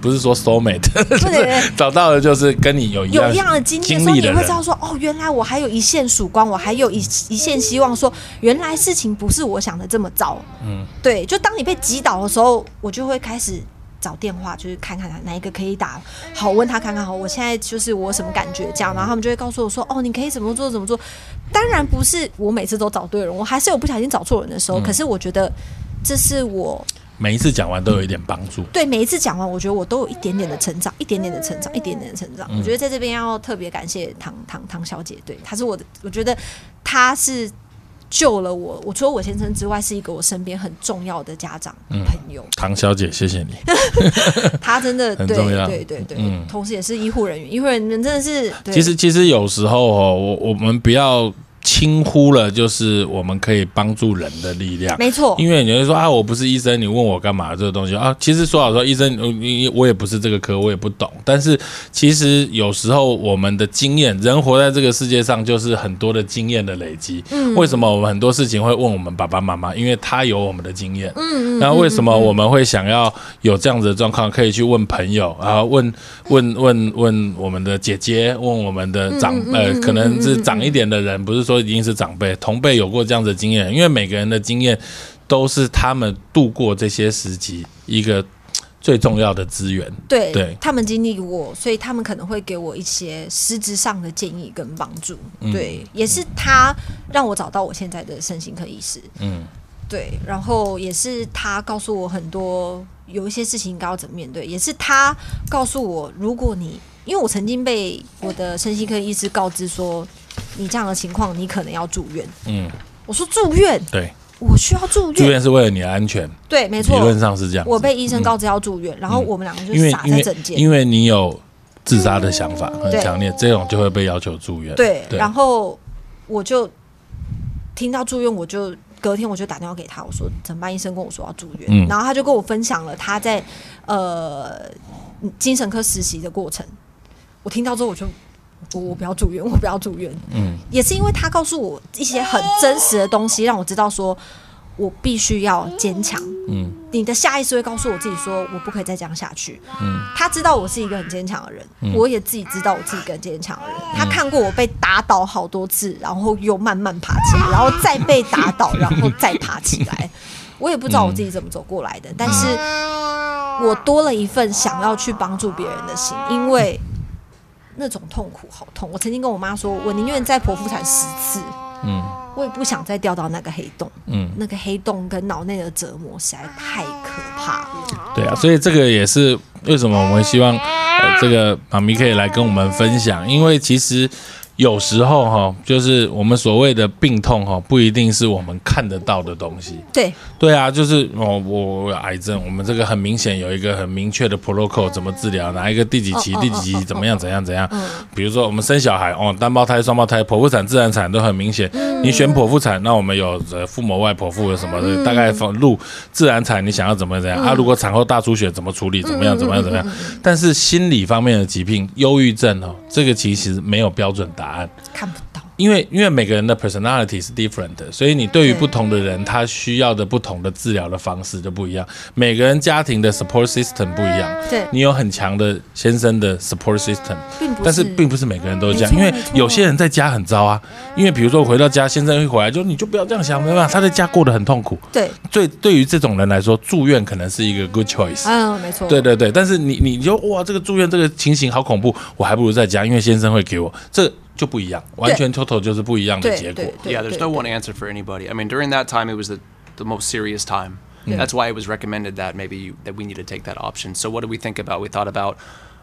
Speaker 1: 不是说 soulmate，就是 找到的就是跟你有一
Speaker 2: 有
Speaker 1: 样
Speaker 2: 一样的经历的时候，
Speaker 1: 历
Speaker 2: 你
Speaker 1: 的
Speaker 2: 会知道
Speaker 1: 人。
Speaker 2: 说哦，原来我还有一线曙光，我还有一一线希望说原来事情不是我想的这么糟。嗯，对，就当你被击倒的时候，我就会开始。找电话就是看看哪一个可以打，好问他看看好，我现在就是我什么感觉这样，然后他们就会告诉我说，哦，你可以怎么做怎么做。当然不是我每次都找对人，我还是有不小心找错人的
Speaker 1: 嗯
Speaker 2: 时候，可是我觉得这是我
Speaker 1: 每一次讲完都有一点帮助。
Speaker 2: 对每一次讲完，我觉得我都有一点点的成长，一点点的成长，一点点的成长。
Speaker 1: 嗯
Speaker 2: 我觉得在这边要特别感谢唐唐唐小姐，对，她是我的，我觉得她是救了我。我除了我先生之外，是一个我身边很重要的家长、
Speaker 1: 嗯
Speaker 2: 朋友。
Speaker 1: 唐小姐，谢谢你。
Speaker 2: 她真的
Speaker 1: 很
Speaker 2: 对
Speaker 1: 重要
Speaker 2: 对对对，
Speaker 1: 嗯
Speaker 2: 同时也是医护人员，医护人员真的是对
Speaker 1: 其实其实有时候哦，我我们不要轻忽了，就是我们可以帮助人的力量。
Speaker 2: 没错，
Speaker 1: 因为你会说啊，我不是医生，你问我干嘛这个东西啊？其实说老实话，医生，呃你我也不是这个科，我也不懂。但是其实有时候我们的经验，人活在这个世界上就是很多的经验的累积。嗯，为什么我们很多事情会问我们爸爸妈妈？因为他有我们的经验。嗯嗯。那为什么我们会想要有这样子的状况？可以去问朋友啊，问问问问我们的姐姐，问我们的长呃，可能是长一点的人，不是说一定是长辈，同辈有过这样子的经验，因为每个人的经验。都是他们度过这些时期一个最重要的资源。
Speaker 2: 对
Speaker 1: 对
Speaker 2: 他们经历过，所以他们可能会给我一些实质上的建议跟帮助。
Speaker 1: 嗯
Speaker 2: 对，也是他让我找到我现在的身心科医师。
Speaker 1: 嗯，
Speaker 2: 对，然后也是他告诉我很多有一些事情应该要怎么面对，也是他告诉我，如果你因为我曾经被我的身心科医师告知说，你这样的情况你可能要住院。
Speaker 1: 嗯，
Speaker 2: 我说住院，
Speaker 1: 对，
Speaker 2: 我需要住
Speaker 1: 住
Speaker 2: 院。
Speaker 1: 院是为了你的安全，
Speaker 2: 对，没
Speaker 1: 理
Speaker 2: 错，
Speaker 1: 论上是这样子。
Speaker 2: 我被医生告知要住院，然后我们两个就
Speaker 1: 因为
Speaker 2: 傻
Speaker 1: 因
Speaker 2: 在
Speaker 1: 为
Speaker 2: 诊间。
Speaker 1: 因为你有自杀的想法很
Speaker 2: 对
Speaker 1: 强烈，这种就会被要求住院。
Speaker 2: 对，然
Speaker 1: 后
Speaker 2: 后我就听到住院，我就隔天我就打电话给他，我说怎么办？医生跟我说要住院，
Speaker 1: 嗯
Speaker 2: 然后他就跟我分享了他在呃精神科实习的过程。我听到之后，我就我我不要住院，我不要住院。
Speaker 1: 嗯，
Speaker 2: 也是因为他告诉我一些很真实的东西，让我知道说我必须要坚强。
Speaker 1: 嗯，
Speaker 2: 你的下意识会告诉我自己说，我不可以再这样下去。嗯，他知道我是一个很坚强的人，
Speaker 1: 嗯
Speaker 2: 我也自己知道我自己更坚强的人。他看过我被打倒好多次，然后又慢慢爬起来，然后再被打倒，然后再爬起 来。我也不知道我自己怎么走过来的，但是
Speaker 1: 嗯
Speaker 2: 我多了一份想要去帮助别人的心，因为那种痛苦好痛。我曾经跟我妈说，我宁愿在剖腹产十次，
Speaker 1: 嗯
Speaker 2: 我也不想再掉到那个黑洞。
Speaker 1: 嗯，
Speaker 2: 那个黑洞跟脑内的折磨实在太可怕了。
Speaker 1: 对啊，所以这个也是为什么我们会希望呃这个妈咪可以来跟我们分享，因为其实。有时候哈、就是我们所谓的病痛哈、不一定是我们看得到的东西。
Speaker 2: 对
Speaker 1: 对啊，就是哦，我我有癌症，我们这个很明显有一个很明确的 protocol 怎么治疗，哪一个第几期、
Speaker 2: 哦哦
Speaker 1: 第几期
Speaker 2: 哦哦
Speaker 1: 怎么样怎样怎样。比如说我们生小孩哦，单胞胎、双胞胎、剖腹产、自然产都很明显。你选剖腹产，那我们有呃腹膜外剖腹有什么的，大概路自然产你想要怎么怎样啊？如果产后大出血怎么处理，怎么样怎么样怎么样？但是心理方面的疾病，忧郁症哦，这个其实没有标准答案。
Speaker 2: 看不到。
Speaker 1: 因为因为每个人的 personality 是 different 的，所以你对于
Speaker 2: 对
Speaker 1: 不同的人，他需要的不同的治疗的方式就不一样。每个人家庭的 support system 不一样，
Speaker 2: 对
Speaker 1: 你有很强的先生的 support system，
Speaker 2: 并不
Speaker 1: 但是
Speaker 2: 是
Speaker 1: 并不是每个人都是这样，
Speaker 2: 没
Speaker 1: 因
Speaker 2: 错
Speaker 1: 为
Speaker 2: 没错
Speaker 1: 有些人在家很糟啊。因为比如说我回到家，先生一回来就你就不要这样想，没办法，他在家过得很痛苦。
Speaker 2: 对，
Speaker 1: 对，对于这种人来说，住院可能是一个 good choice。
Speaker 2: 嗯，没错。
Speaker 1: 对对对，但是你你就哇，这个住院这个情形好恐怖，我还不如在家，因为先生会给我，这就不一样，完全 total 就是不一样的
Speaker 2: 对
Speaker 1: 结
Speaker 2: 对
Speaker 1: 果
Speaker 2: 对。对
Speaker 3: yeah, there's no one answer for anybody. I mean, during that time, it was the, the most serious time.
Speaker 2: Yeah.
Speaker 3: That's why it was recommended that maybe you, that we need to take that option. So what did we think about? We thought about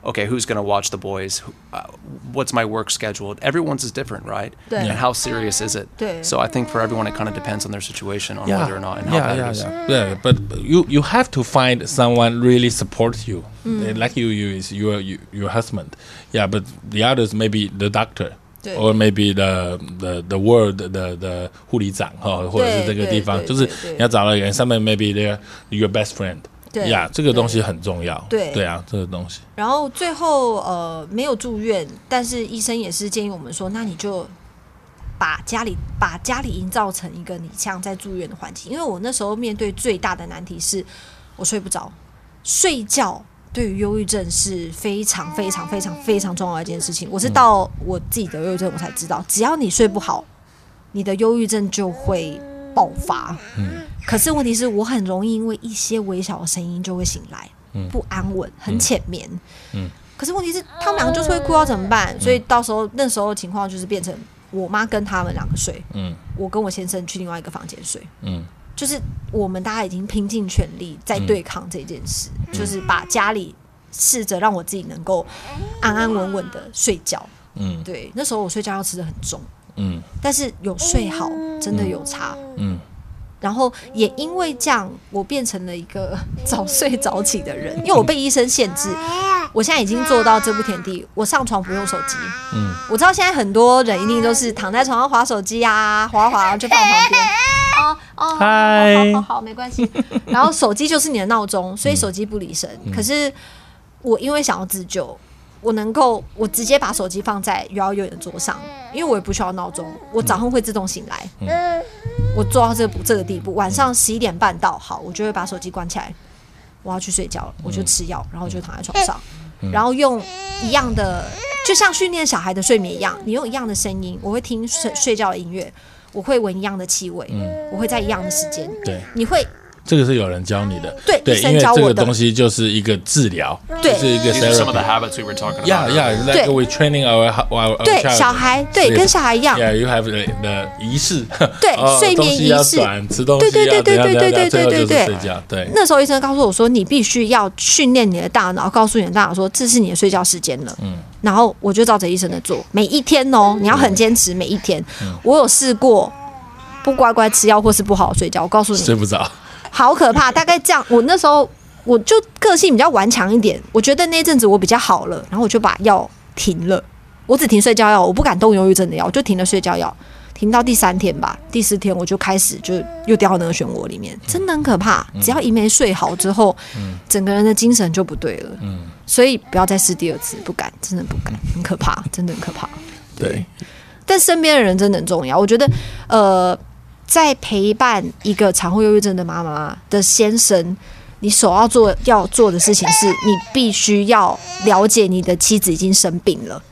Speaker 3: okay, who's going to watch the boys? Who- uh, What's my work schedule? Everyone's is different, right?
Speaker 2: Yeah.
Speaker 3: And how serious is it?
Speaker 2: Yeah.
Speaker 3: So I think for everyone, it kind of depends on their situation, on whether or not, and how
Speaker 1: yeah,
Speaker 3: bad
Speaker 1: yeah,
Speaker 3: it is.
Speaker 1: yeah. yeah. But you you have to find someone really support you,
Speaker 2: 嗯
Speaker 1: Uh, like you, you is your you, your husband. Yeah, but the others maybe the doctor.
Speaker 2: 对
Speaker 1: or maybe the the the world 的的护理长哈，或者是这个地方，
Speaker 2: 对
Speaker 1: 就是
Speaker 2: 对对
Speaker 1: 你要找到一个人，上面 maybe the your best friend，
Speaker 2: 对
Speaker 1: 呀，这个东西很重要，
Speaker 2: 对
Speaker 1: 对啊，这个东西，
Speaker 2: 然后最后呃没有住院，但是医生也是建议我们说，那你就把家里把家里营造成一个你像在住院的环境。因为我那时候面对最大的难题是我睡不着，睡觉对于忧郁症是非常非常非常非常重要的一件事情。我是到我自己得忧郁症我才知道，只要你睡不好，你的忧郁症就会爆发。可是问题是我很容易因为一些微小的声音就会醒来，不安稳，很浅眠。可是问题是他们两个就是会哭，要怎么办？
Speaker 1: 嗯
Speaker 2: 所以到时候那时候的情况就是变成我妈跟他们两个睡，
Speaker 1: 嗯
Speaker 2: 我跟我先生去另外一个房间睡。
Speaker 1: 嗯，
Speaker 2: 就是我们大家已经拼尽全力在对抗这件事，
Speaker 1: 嗯
Speaker 2: 就是把家里试着让我自己能够安安稳稳的睡觉。
Speaker 1: 嗯
Speaker 2: 对，那时候我睡觉要吃的很重，
Speaker 1: 嗯
Speaker 2: 但是有睡好真的有差。
Speaker 1: 嗯
Speaker 2: 然后也因为这样，我变成了一个早睡早起的人，因为我被医生限制。我现在已经做到这步田地，我上床不用手机。
Speaker 1: 嗯，
Speaker 2: 我知道现在很多人一定都是躺在床上划手机啊，划划就放旁边。哦哦，
Speaker 1: 嗨
Speaker 2: 好好好好，没关系。然后手机就是你的闹钟，所以手机不离身。可是我因为想要自救，我能够我直接把手机放在幼儿园的桌上，因为我也不需要闹钟，我早上会自动醒来。我做到这个这个地步，晚上十一点半到，好，我就会把手机关起来，我要去睡觉了，
Speaker 1: 嗯
Speaker 2: 我就吃药，然后就躺在床上，然后用一样的，就像训练小孩的睡眠一样，你用一样的声音，我会听睡睡觉的音乐，我会闻一样的气味，
Speaker 1: 嗯
Speaker 2: 我会在一样的时间，
Speaker 1: 对。
Speaker 2: 你会
Speaker 1: 这个是有人教你的，
Speaker 2: 嗯对
Speaker 1: 对，
Speaker 2: 医
Speaker 1: 因
Speaker 2: 生
Speaker 1: 为
Speaker 2: 教
Speaker 1: 这
Speaker 2: 我
Speaker 1: 个
Speaker 2: 的
Speaker 1: 东西就是一个治疗，
Speaker 2: 对
Speaker 1: 就是一个
Speaker 3: These are some of the
Speaker 1: therapy。
Speaker 3: habits we were talking
Speaker 1: Yeah,
Speaker 3: about.
Speaker 1: yeah, like
Speaker 2: 对
Speaker 1: we training our our, our
Speaker 2: 对
Speaker 1: child.
Speaker 2: 小孩对
Speaker 1: Sleep.
Speaker 2: 跟小孩一样
Speaker 1: Yeah, you have the the 仪式。
Speaker 2: 对
Speaker 1: 哦
Speaker 2: 睡眠
Speaker 1: 东西要
Speaker 2: 仪式
Speaker 1: 转吃东
Speaker 2: 对
Speaker 1: 西
Speaker 2: 对
Speaker 1: 要怎
Speaker 2: 对
Speaker 1: 样
Speaker 2: 对
Speaker 1: 怎样
Speaker 2: 对
Speaker 1: 怎
Speaker 2: 对
Speaker 1: 样最后
Speaker 2: 对
Speaker 1: 就是
Speaker 2: 对
Speaker 1: 睡觉。对，
Speaker 2: 那时候医生告诉我说，你必须要训练你的大脑，告诉你的大脑说这是你的睡觉时间了。嗯，然后我就照着医生的做，每一天哦，你要很坚持每一天。我有试过不乖乖吃药或是不好好睡觉，我告诉
Speaker 1: 睡
Speaker 2: 你，
Speaker 1: 不着。
Speaker 2: 好可怕。大概这样，我那时候我就个性比较顽强一点，我觉得那阵子我比较好了，然后我就把药停了，我只停睡觉药，我不敢动忧郁症的药，我就停了睡觉药。停到第三天吧，第四天我就开始就又掉到那个漩涡里面，真的很可怕。只要一没睡好之后，整个人的精神就不对了。所以不要再试第二次，不敢，真的不敢，很可怕，真的很可怕。
Speaker 1: 对，
Speaker 2: 但身边的人真的很重要。我觉得，呃，在陪伴一个产后忧郁症的妈妈的先生，你首要做要做的事情是你必须要了解你的妻子已经生病了，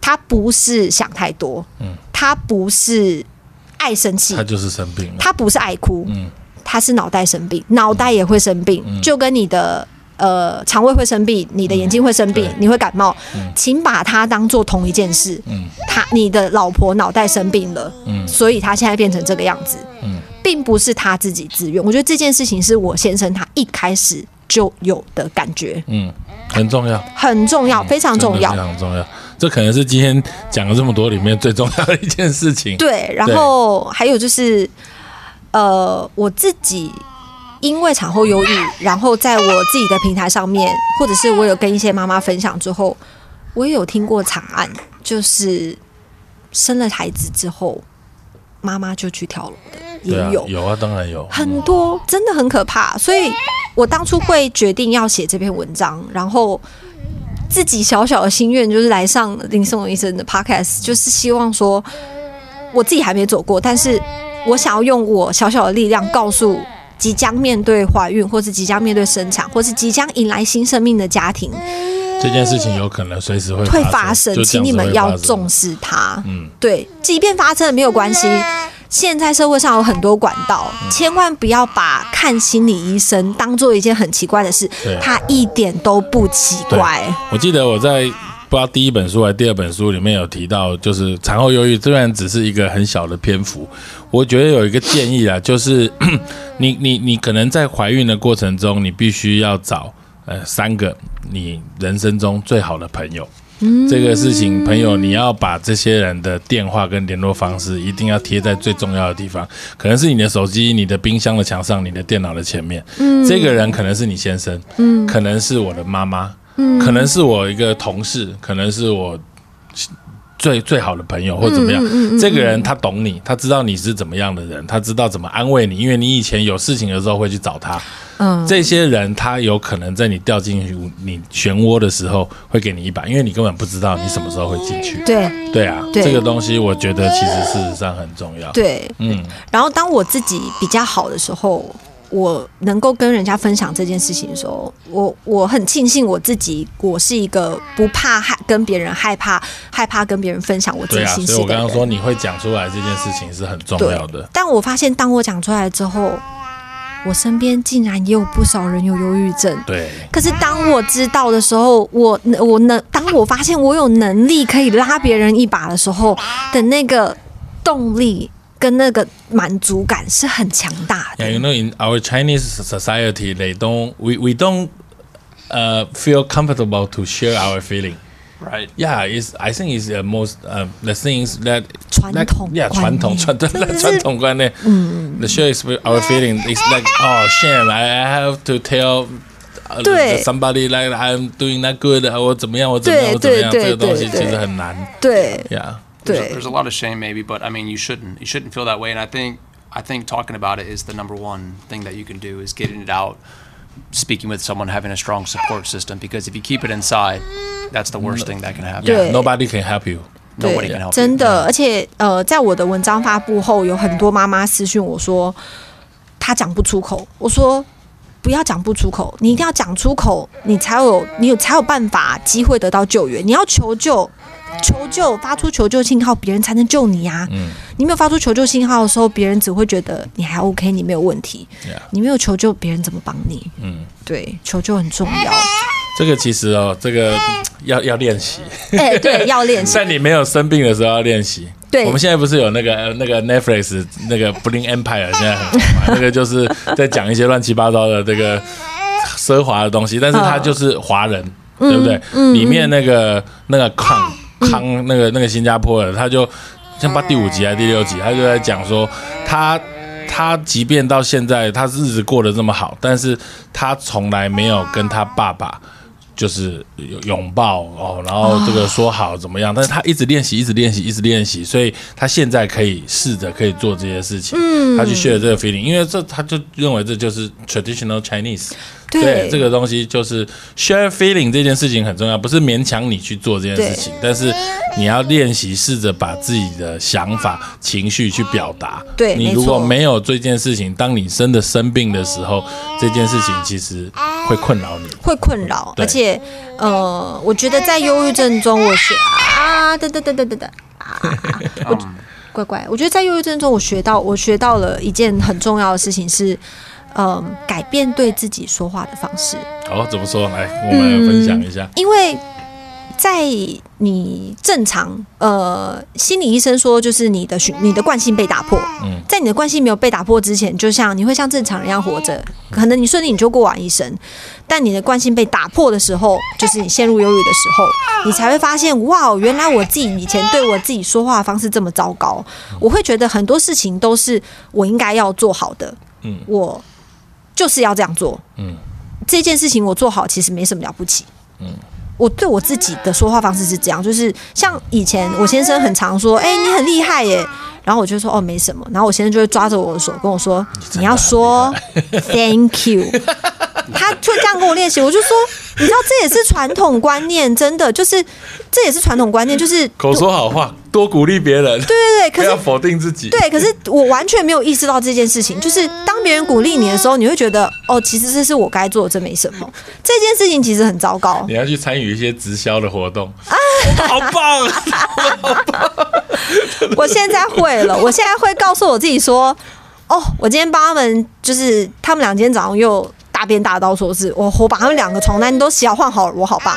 Speaker 2: 她不是想太多，嗯，她不是爱生气
Speaker 1: 他，就是生病了。
Speaker 2: 她不是爱哭，
Speaker 1: 嗯，
Speaker 2: 她是脑袋生病，脑袋也会生病，就跟你的。呃，肠胃会生病，你的眼睛会生病，
Speaker 1: 嗯对
Speaker 2: 你会感冒，请把它当做同一件事。
Speaker 1: 嗯
Speaker 2: 他你的老婆脑袋生病了，
Speaker 1: 嗯
Speaker 2: 所以他现在变成这个样子，
Speaker 1: 嗯
Speaker 2: 并不是他自己自愿。我觉得这件事情是我先生他一开始就有的感觉，
Speaker 1: 嗯，很重要，
Speaker 2: 很重要，
Speaker 1: 嗯
Speaker 2: 非常重要
Speaker 1: 真的。非常重要。这可能是今天讲了这么多里面最重要的一件事情。
Speaker 2: 对，然
Speaker 1: 对
Speaker 2: 后还有就是，呃，我自己因为产后忧郁，然后在我自己的平台上面，或者是我有跟一些妈妈分享之后，我也有听过惨案，就是生了孩子之后，妈妈就去跳楼的，也
Speaker 1: 对啊
Speaker 2: 有，。
Speaker 1: 有啊，当然有。
Speaker 2: 很多，真的很可怕。所以我当初会决定要写这篇文章，然后自己小小的心愿就是来上林松勇医生的 podcast，就是希望说我自己还没走过，但是我想要用我小小的力量告诉。即将面对怀孕，或是即将面对生产，或是即将迎来新生命的家庭，
Speaker 1: 这件事情有可能随时会
Speaker 2: 会
Speaker 1: 发
Speaker 2: 发
Speaker 1: 嗯
Speaker 2: 生，
Speaker 1: 就这
Speaker 2: 请
Speaker 1: 样
Speaker 2: 你
Speaker 1: 子
Speaker 2: 们
Speaker 1: 会
Speaker 2: 要
Speaker 1: 发生
Speaker 2: 重视它。
Speaker 1: 嗯，
Speaker 2: 对，即便发生了没有关系。现在社会上有很多管道，
Speaker 1: 嗯
Speaker 2: 千万不要把看心理医生当做一件很奇怪的事
Speaker 1: 对，
Speaker 2: 它一点都不奇
Speaker 1: 对
Speaker 2: 怪。
Speaker 1: 我记得我在不知道第一本书还是第二本书里面有提到，就是产后忧郁，虽然只是一个很小的篇幅，我觉得有一个建 议啊，就是你你你可能在怀孕的过程中，你必须要找。呃三个你人生中最好的朋友。这个事情，朋友，你要把这些人的电话跟联络方式一定要贴在最重要的地方，可能是你的手机、你的冰箱的墙上、你的电脑的前面。嗯，这个人可能是你先生，嗯，可能是我的妈妈，嗯，可能是我一个同事，可能是我最最好的朋友或怎
Speaker 4: 嗯
Speaker 1: 么样。这个人他懂你，他知道你是怎么样的人，他知道怎么安慰你，因为你以前有事情的时候会去找他。
Speaker 4: 嗯，
Speaker 1: 这些人他有可能在你掉进你漩涡的时候会给你一把，因为你根本不知道你什么时候会进去。
Speaker 4: 对
Speaker 1: 对啊，
Speaker 4: 对
Speaker 1: 这个东西我觉得其实事实上很重要。，
Speaker 4: 对，
Speaker 1: 嗯，
Speaker 2: 然后当我自己比较好的时候，我能够跟人家分享这件事情的时候，我我很庆幸我自己，我是一个不怕害跟别人害怕害怕跟别人分享我自
Speaker 1: 对
Speaker 2: 己
Speaker 1: 啊，
Speaker 2: 心
Speaker 1: 所以
Speaker 2: 事
Speaker 1: 我
Speaker 2: 的
Speaker 1: 刚刚
Speaker 2: 人。
Speaker 1: 说你会讲出来这件事情是很重
Speaker 2: 对
Speaker 1: 要的，。
Speaker 2: 但我发现当我讲出来之后，我身边竟然也有不少人有忧郁症。
Speaker 1: 对，
Speaker 2: 可是当我知道的时候，我我能当我发现我有能力可以拉别人一把的时候的那个动力跟那个满足感是很强大
Speaker 1: Yeah, you
Speaker 2: 的。
Speaker 1: know, in our Chinese society, they don't we, we don't uh, feel comfortable to share our feeling.
Speaker 3: Right.
Speaker 1: Yeah, it's I think it's the most uh, the things that
Speaker 2: 传
Speaker 1: like,
Speaker 2: 统
Speaker 1: yeah
Speaker 2: 观
Speaker 1: 传统
Speaker 2: 念
Speaker 1: 传统 传 统观念。嗯，the share is our feeling. It's like oh shame, I I have to tell. uh,
Speaker 2: 对
Speaker 1: somebody like I'm doing not good，uh, 我怎么样，我怎么样，我
Speaker 2: 对
Speaker 1: 怎么样，
Speaker 2: 对
Speaker 1: 这个
Speaker 2: 对
Speaker 1: 东西
Speaker 2: 对
Speaker 1: 其实很难
Speaker 2: 对
Speaker 1: ，Yeah，
Speaker 3: There's a,
Speaker 2: 对
Speaker 3: there's a lot of shame maybe, but I mean you shouldn't you shouldn't feel that way. And I think I think talking about it is the number one thing that you can do is getting it out, speaking with someone, having a strong support system. Because if you keep it inside, that's the worst thing that can happen.
Speaker 1: yeah
Speaker 2: 对
Speaker 1: nobody can help you，
Speaker 3: Nobody
Speaker 2: 对
Speaker 3: can help
Speaker 2: 真
Speaker 3: you.
Speaker 2: 的，而且呃，在我的文章发布后，有很多妈妈私讯我说，她讲不出口。我说不要讲不出口，你一定要讲出口，你才有你有才有办法机会得到救援。你要求救，求救，发出求救信号，别人才能救你啊。你没有发出求救信号的时候，别人只会觉得你还 OK，你没有问题。
Speaker 1: Yeah
Speaker 2: 你没有求救，别人怎么帮你？嗯，对，求救很重要。
Speaker 1: 这个其实哦，这个要要练习，
Speaker 2: 哎、对，要练习。
Speaker 1: 在你没有生病的时候要练习。
Speaker 2: 对
Speaker 1: 我们现在不是有那个呃那个 Netflix 那个 Bling Empire 现在很 红嘛，那个就是在讲一些乱七八糟的这个奢华的东西，但是它就是华人，
Speaker 2: 嗯
Speaker 1: 对不对？里面那个那个康康那个那个新加坡人，他就像把第五集还是啊第六集，他就在讲说他。他即便到现在，他日子过得这么好，但是他从来没有跟他爸爸就是拥拥抱哦，然后这个说好怎么样，但是他一直练习，一直练习，一直练习，所以他现在可以试着可以做这些事情，嗯，他去 share 这个 feeling，因为这他就认为这就是 traditional Chinese。
Speaker 2: 对
Speaker 1: 这个东西就是 share feeling 这件事情很重要，不是勉强你去做这件事情，但是你要练习试着把自己的想法、情绪去表达。
Speaker 2: 对
Speaker 1: 你
Speaker 2: 没
Speaker 1: 如果
Speaker 2: 错
Speaker 1: 没有这件事情，当你真的生病的时候，这件事情其实会困扰你。
Speaker 2: 会困扰，
Speaker 1: 对
Speaker 2: 而且呃，我觉得在忧郁症中，我学啊，等等等等等等啊，我乖乖，我觉得在忧郁症中，我学到我学到了一件很重要的事情是，嗯、改变对自己说话的方式，
Speaker 1: 哦，怎么说？来，我们分享一下。
Speaker 2: 因为在你正常呃，心理医生说就是你的循你的惯性被打破，
Speaker 1: 嗯
Speaker 2: 在你的惯性没有被打破之前，就像你会像正常人一样活着，可能你顺利你就过完一生，但你的惯性被打破的时候，就是你陷入忧郁的时候，你才会发现，哇，原来我自己以前对我自己说话的方式这么糟糕，我会觉得很多事情都是我应该要做好的，
Speaker 1: 嗯
Speaker 2: 我就是要这样做，
Speaker 1: 嗯
Speaker 2: 这件事情我做好其实没什么了不起，
Speaker 1: 嗯
Speaker 2: 我对我自己的说话方式是这样，就是像以前我先生很常说：“哎、你很厉害耶。”然后我就说：“哦，没什么。”然后我先生就会抓着我的手跟我说：“你 要说 Thank you。”他就这样跟我练习，我就说：“你知道这也是传统观念，真的就是这也是传统观念，就是
Speaker 1: 口说好话，多鼓励别人，
Speaker 2: 对对对。”可
Speaker 1: 不
Speaker 2: 是
Speaker 1: 要否定自己。
Speaker 2: 对，可是我完全没有意识到这件事情，就是当别人鼓励你的时候，你会觉得哦，其实这是我该做的，这没什 么。这件事情其实很糟糕
Speaker 1: 你，要去参与一些直销的活动，好棒！啊
Speaker 2: 我现在会了，我现在会告诉我自己说，哦，我今天帮他们，就是他们俩今天早上又大便大到说是我我把他们两个床单都洗好换好了，我好棒。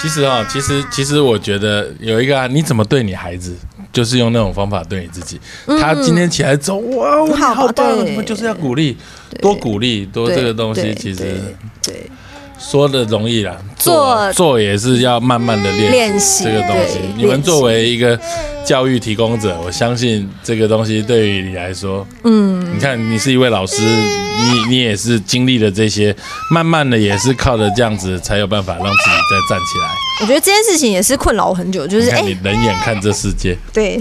Speaker 1: 其实啊、其实其实我觉得有一个啊，你怎么对你孩子，就是用那种方法对你自己。他今天起来之后，哇，我
Speaker 2: 很好
Speaker 1: 好棒！
Speaker 2: 对
Speaker 1: 我就是要鼓励，多鼓励，多
Speaker 2: 对
Speaker 1: 这个东西
Speaker 2: 对
Speaker 1: 其实
Speaker 2: 对对
Speaker 1: 说的容易啦，
Speaker 2: 做
Speaker 1: 做也是要慢慢的练
Speaker 2: 练习
Speaker 1: 这个东西
Speaker 2: 对。
Speaker 1: 你们
Speaker 2: 练习
Speaker 1: 作为一个教育提供者，我相信这个东西对于你来说，嗯，你看你是一位老师，你你也是经历了这些，慢慢的也是靠着这样子才有办法让自己再站起来。
Speaker 2: 我觉得这件事情也是困扰我很久，就是
Speaker 1: 你
Speaker 2: 哎、
Speaker 1: 看你冷眼看这世界，
Speaker 2: 对，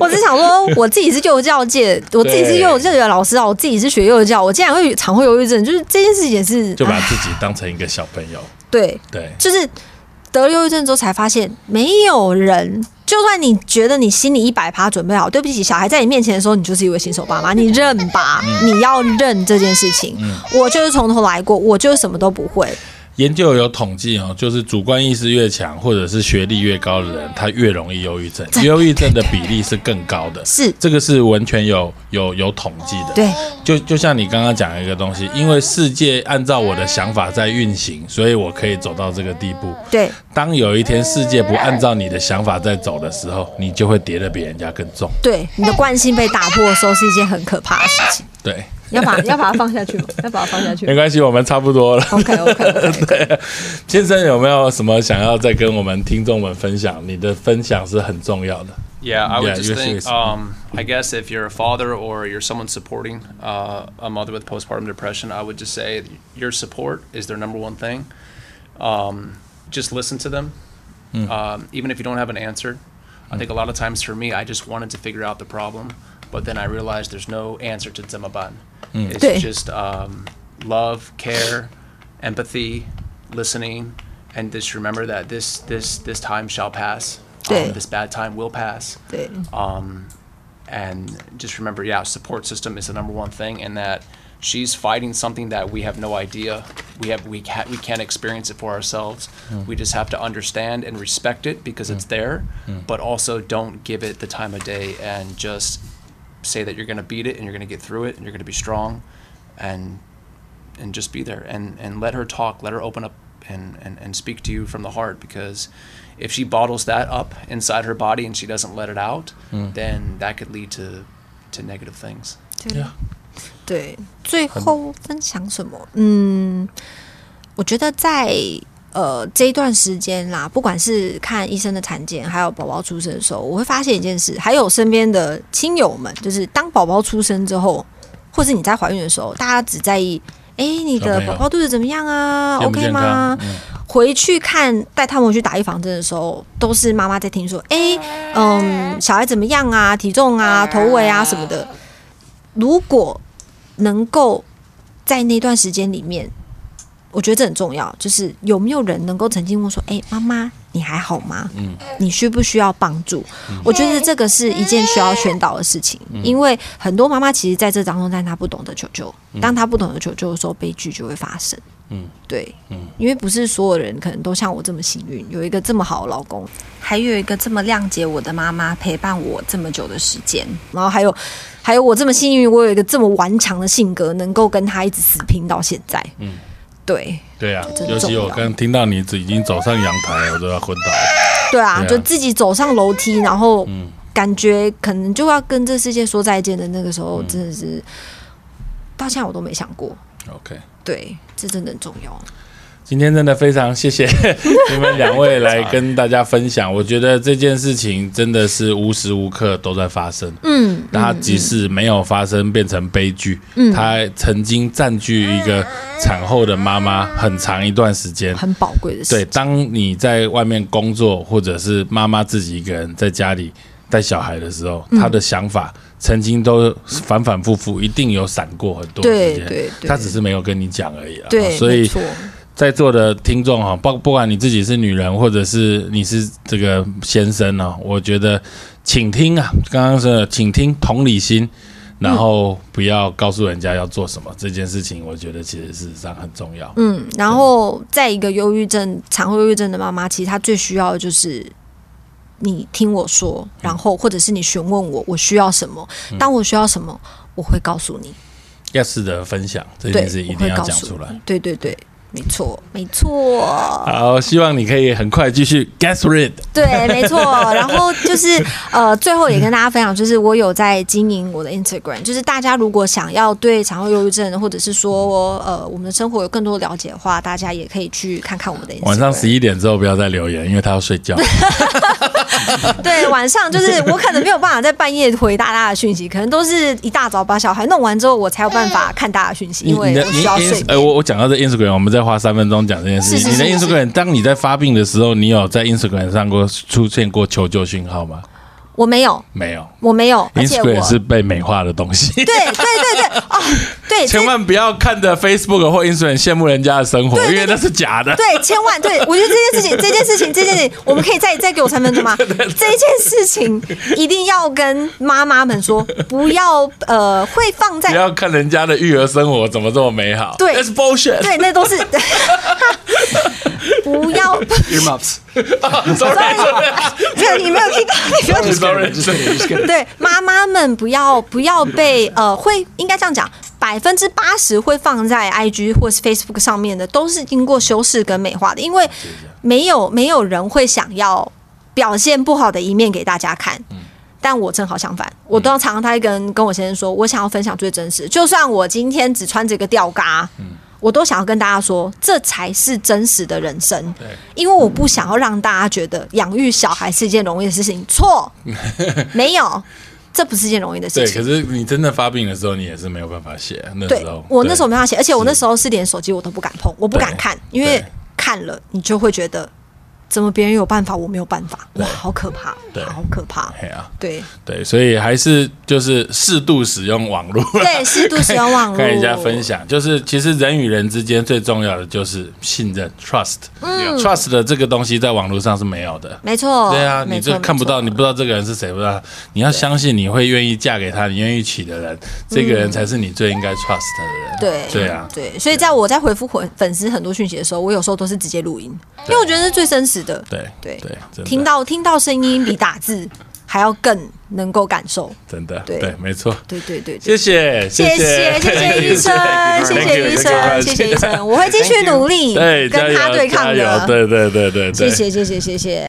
Speaker 2: 我只想说，我自己是幼教界，我自己是幼教的老师啊，我自己是学幼教，我竟然会常会忧郁症，就是这件事情也是
Speaker 1: 就把
Speaker 2: 哎
Speaker 1: 自己当成一个小朋友，
Speaker 2: 对，
Speaker 1: 对。
Speaker 2: 就是得了忧郁症之后才发现，没有人，就算你觉得你心里一百趴准备好，对不起，小孩在你面前的时候，你就是一位新手爸妈，你认吧，你要认这件事情。我就是从头来过，我就是什么都不会。
Speaker 1: 研究有统计哦，就是主观意识越强，或者是学历越高的人，他越容易忧郁症，忧郁症的比例是更高的。
Speaker 2: 是
Speaker 1: 这个是完全有有有统计的。
Speaker 2: 对，
Speaker 1: 就就像你刚刚讲的一个东西，因为世界按照我的想法在运行，所以我可以走到这个地步。
Speaker 2: 对，
Speaker 1: 当有一天世界不按照你的想法在走的时候，你就会跌得比人家更重。
Speaker 2: 对，你的惯性被打破的时候是一件很可怕的事情。
Speaker 1: 对，
Speaker 2: 要把要把它放下去吗？要把它放下去
Speaker 1: 没。关系，我们差不多了。
Speaker 2: OK OK OK，
Speaker 1: 对，先生有没有什么想要再跟我们听众们分享？你的分享是很重要的。
Speaker 3: Yeah, I would
Speaker 1: Yeah,
Speaker 3: just
Speaker 1: yes,
Speaker 3: think,
Speaker 1: yes.
Speaker 3: um, I guess if you're a father or you're someone supporting uh, a mother with postpartum depression, I would just say your support is their number one thing. Um, just listen to them, um, even if you don't have an answer. I think a lot of times for me, I just wanted to figure out the problem, but then I realized there's no answer to Zemaban.
Speaker 2: Day.
Speaker 3: It's just um, love, care, empathy, listening, and just remember that this this this time shall pass.
Speaker 2: Day.
Speaker 3: Um, this bad time will pass.
Speaker 2: 对
Speaker 3: Um, and just remember, yeah, support system is the number one thing, and that she's fighting something that we have no idea. We have we ca- we can't experience it for ourselves. We just have to understand and respect it because it's there, but also don't give it the time of day and just say that you're going to beat it and you're going to get through it and you're going to be strong, and and just be there and and let her talk let her open up and, and and speak to you from the heart because if she bottles that up inside her body and she doesn't let it out then that could lead to to negative things
Speaker 2: 对对，最后分享什么？嗯，我觉得在呃这一段时间啦，不管是看医生的产检，还有宝宝出生的时候，我会发现一件事，还有身边的亲友们，就是当宝宝出生之后，或是你在怀孕的时候，大家只在意。哎，你
Speaker 1: 小
Speaker 2: 的
Speaker 1: 朋友
Speaker 2: 宝宝肚子怎么样啊
Speaker 1: 健不
Speaker 2: ？OK
Speaker 1: 健
Speaker 2: 吗
Speaker 1: 康？？嗯
Speaker 2: 回去看带他们去打预防针的时候，都是妈妈在听说，哎、嗯，小孩怎么样啊，体重啊，头围啊什么的。如果能够在那段时间里面，我觉得这很重要，就是有没有人能够曾经问说，哎、妈妈，你还好吗？嗯，你需不需要帮助？
Speaker 1: 嗯
Speaker 2: 我觉得这个是一件需要宣导的事情，因为很多妈妈其实在这当中，但她不懂得求救，
Speaker 1: 嗯
Speaker 2: 当她不懂得求救的时候，悲剧就会发生。对，
Speaker 1: 嗯
Speaker 2: 因为不是所有人可能都像我这么幸运，有一个这么好的老公，还有一个这么谅解我的妈妈陪伴我这么久的时间，然后还有还有我这么幸运，我有一个这么顽强的性格，能够跟他一直死拼到现在。嗯，对
Speaker 1: 对啊
Speaker 2: 这，
Speaker 1: 尤
Speaker 2: 重
Speaker 1: 其
Speaker 2: 要
Speaker 1: 我刚听到你已经走上阳台了，我都要昏倒了。
Speaker 2: 对啊，
Speaker 1: 对啊嗯
Speaker 2: 就自己走上楼梯，然后感觉可能就要跟这世界说再见的那个
Speaker 1: 嗯
Speaker 2: 时候，真的是到现在我都没想过。
Speaker 1: OK，
Speaker 2: 对，这真的很重要。
Speaker 1: 嗯今天真的非常谢 谢你们两位来跟大家分享，我觉得这件事情真的是无时无刻都在发生。
Speaker 2: 嗯，
Speaker 1: 它即使没有发生变成悲剧，嗯，它曾经占据一个产后的妈妈很长一段时间，
Speaker 2: 很宝贵的事。
Speaker 1: 对，当你在外面工作，或者是妈妈自己一个人在家里带小孩的时
Speaker 2: 嗯
Speaker 1: 候，她的想法曾经都反反复复，一定有闪过很多
Speaker 2: 对
Speaker 1: 时间。
Speaker 2: 对对
Speaker 1: 她只是没有跟你讲而已啦。
Speaker 2: 对，
Speaker 1: 所
Speaker 2: 没
Speaker 1: 以
Speaker 2: 错
Speaker 1: 在座的听众哈，不不管你自己是女人，或者是你是这个先生呢，我觉得请听啊，刚刚说的，请听同理心。然后不要告诉人家要做什么、这件事情，我觉得其实事实上很重要。
Speaker 2: 嗯，然后在一个忧郁症、产后忧郁症的妈妈，其实她最需要的就是你听我
Speaker 1: 嗯
Speaker 2: 说，然后或者是你询问我，我需要什么？当我需要什么，我会告诉你。
Speaker 1: 要试着分享这
Speaker 2: 对
Speaker 1: 件事，一
Speaker 2: 我
Speaker 1: 定
Speaker 2: 会
Speaker 1: 要
Speaker 2: 告
Speaker 1: 讲
Speaker 2: 诉
Speaker 1: 出来
Speaker 2: 你。。对对对，没错，没错，
Speaker 1: 好，希望你可以很快继续 get rid。
Speaker 2: 对， 没错。然后就是呃，最后也跟大家分享，就是我有在经营我的 Instagram，就是大家如果想要对产后忧郁症，或者是说呃我们的生活有更多了解的话，大家也可以去看看我们的 Instagram。
Speaker 1: 晚上十一点之后不要再留言，因为他要睡觉。
Speaker 2: 对，晚上就是我可能没有办法在半夜回大家的讯息，可能都是一大早把小孩弄完之后，我才有办法看大家的讯息，
Speaker 1: 你
Speaker 2: 因
Speaker 1: 你
Speaker 2: 为
Speaker 1: 的
Speaker 2: 我
Speaker 1: 你
Speaker 2: 需要睡
Speaker 1: ins
Speaker 2: 眠。
Speaker 1: 呃，我我讲到这 Instagram，我们再花三分钟讲这件事情。
Speaker 2: 是是
Speaker 1: 你的 Instagram，当你在发病的时候，你有在 Instagram 上过出现过求救讯号吗？
Speaker 2: 我没有，
Speaker 1: 没有
Speaker 2: 我没有，而且我
Speaker 1: ，Instagram 是被美化的东西。
Speaker 2: 对对对对哦，对，
Speaker 1: 千万不要看着 Facebook 或 Instagram 羡慕人家的生活，因为那是假的。
Speaker 2: 对，千万对我觉得这件事情，这件事情，这件事情，我们可以再再给我三分 钟吗？这件事情一定要跟妈妈们说，不要呃，会放在
Speaker 1: 不要看人家的育儿生活怎么这么美好。
Speaker 2: 对
Speaker 1: ，That's bullshit。
Speaker 2: 对，那 都是不要。
Speaker 3: Earmuffs.
Speaker 1: Sorry，
Speaker 2: 没有，你没有听到，你没有听
Speaker 1: Sorry，
Speaker 2: 到。
Speaker 1: sorry，
Speaker 3: Just kidding, just kidding.
Speaker 2: 对，妈妈们不要不要被呃，会应该这样讲，百分之八十会放在 IG 或是 Facebook 上面的，都是经过修饰跟美化的，因为没有没有人会想要表现不好的一面给大家看。
Speaker 1: 嗯
Speaker 2: 但我正好相反，我都常常在跟跟我先生说，我想要分享最真实，就算我今天只穿着一个吊嘎，
Speaker 1: 嗯
Speaker 2: 我都想要跟大家说，这才是真实的人生。因为我不想要让大家觉得养育小孩是一件容易的事情，错， 没有，这不是一件容易的事
Speaker 1: 对，
Speaker 2: 情
Speaker 1: 可。是你真的发病的时候，你也是没有办法写。那
Speaker 2: 对
Speaker 1: 时候，
Speaker 2: 我那时候没
Speaker 1: 对
Speaker 2: 办法写，而且我那时候是连手机我都不敢碰，我不敢看，因为看了你就会觉得，怎么别人有办法，我没有办法，哇，好可怕
Speaker 1: 对，
Speaker 2: 好可怕，
Speaker 1: 嘿啊，
Speaker 2: 对
Speaker 1: 对，所以还是就是适度使用网络。
Speaker 2: 对，适度使用网络，
Speaker 1: 跟人家分享，就是其实人与人之间最重要的就是信任 （trust）。trust
Speaker 2: 嗯
Speaker 1: 的这个东西在网络上是没有的。
Speaker 2: 没错，
Speaker 1: 对啊，你
Speaker 2: 哦没错
Speaker 1: 这看不到，
Speaker 2: 没
Speaker 1: 你
Speaker 2: 错
Speaker 1: 不知道这个人是谁，不知道你要相信你会愿意嫁给他，你愿意娶的人，这个人才是你最应该 trust 的人。
Speaker 2: 嗯对
Speaker 1: 对啊，
Speaker 2: 对，所以在我在回复粉粉丝很多讯息的时候，我有时候都是直接录音，因为我觉得是最真实的，
Speaker 1: 对
Speaker 2: 对
Speaker 1: 对，真的
Speaker 2: 听到听到声音比打字还要更能够感受，
Speaker 1: 真的
Speaker 2: 对
Speaker 1: 对，没错。
Speaker 2: 对对对
Speaker 1: 谢
Speaker 2: 对。
Speaker 1: 谢，
Speaker 2: 谢谢谢谢医生，谢谢医生，谢谢医生，我会继续努 力
Speaker 1: 对，加
Speaker 2: 跟他
Speaker 1: 油
Speaker 2: 对
Speaker 1: 加
Speaker 2: 抗
Speaker 1: 油，
Speaker 2: 的。
Speaker 1: 对对对对对，
Speaker 2: 谢谢谢谢谢谢。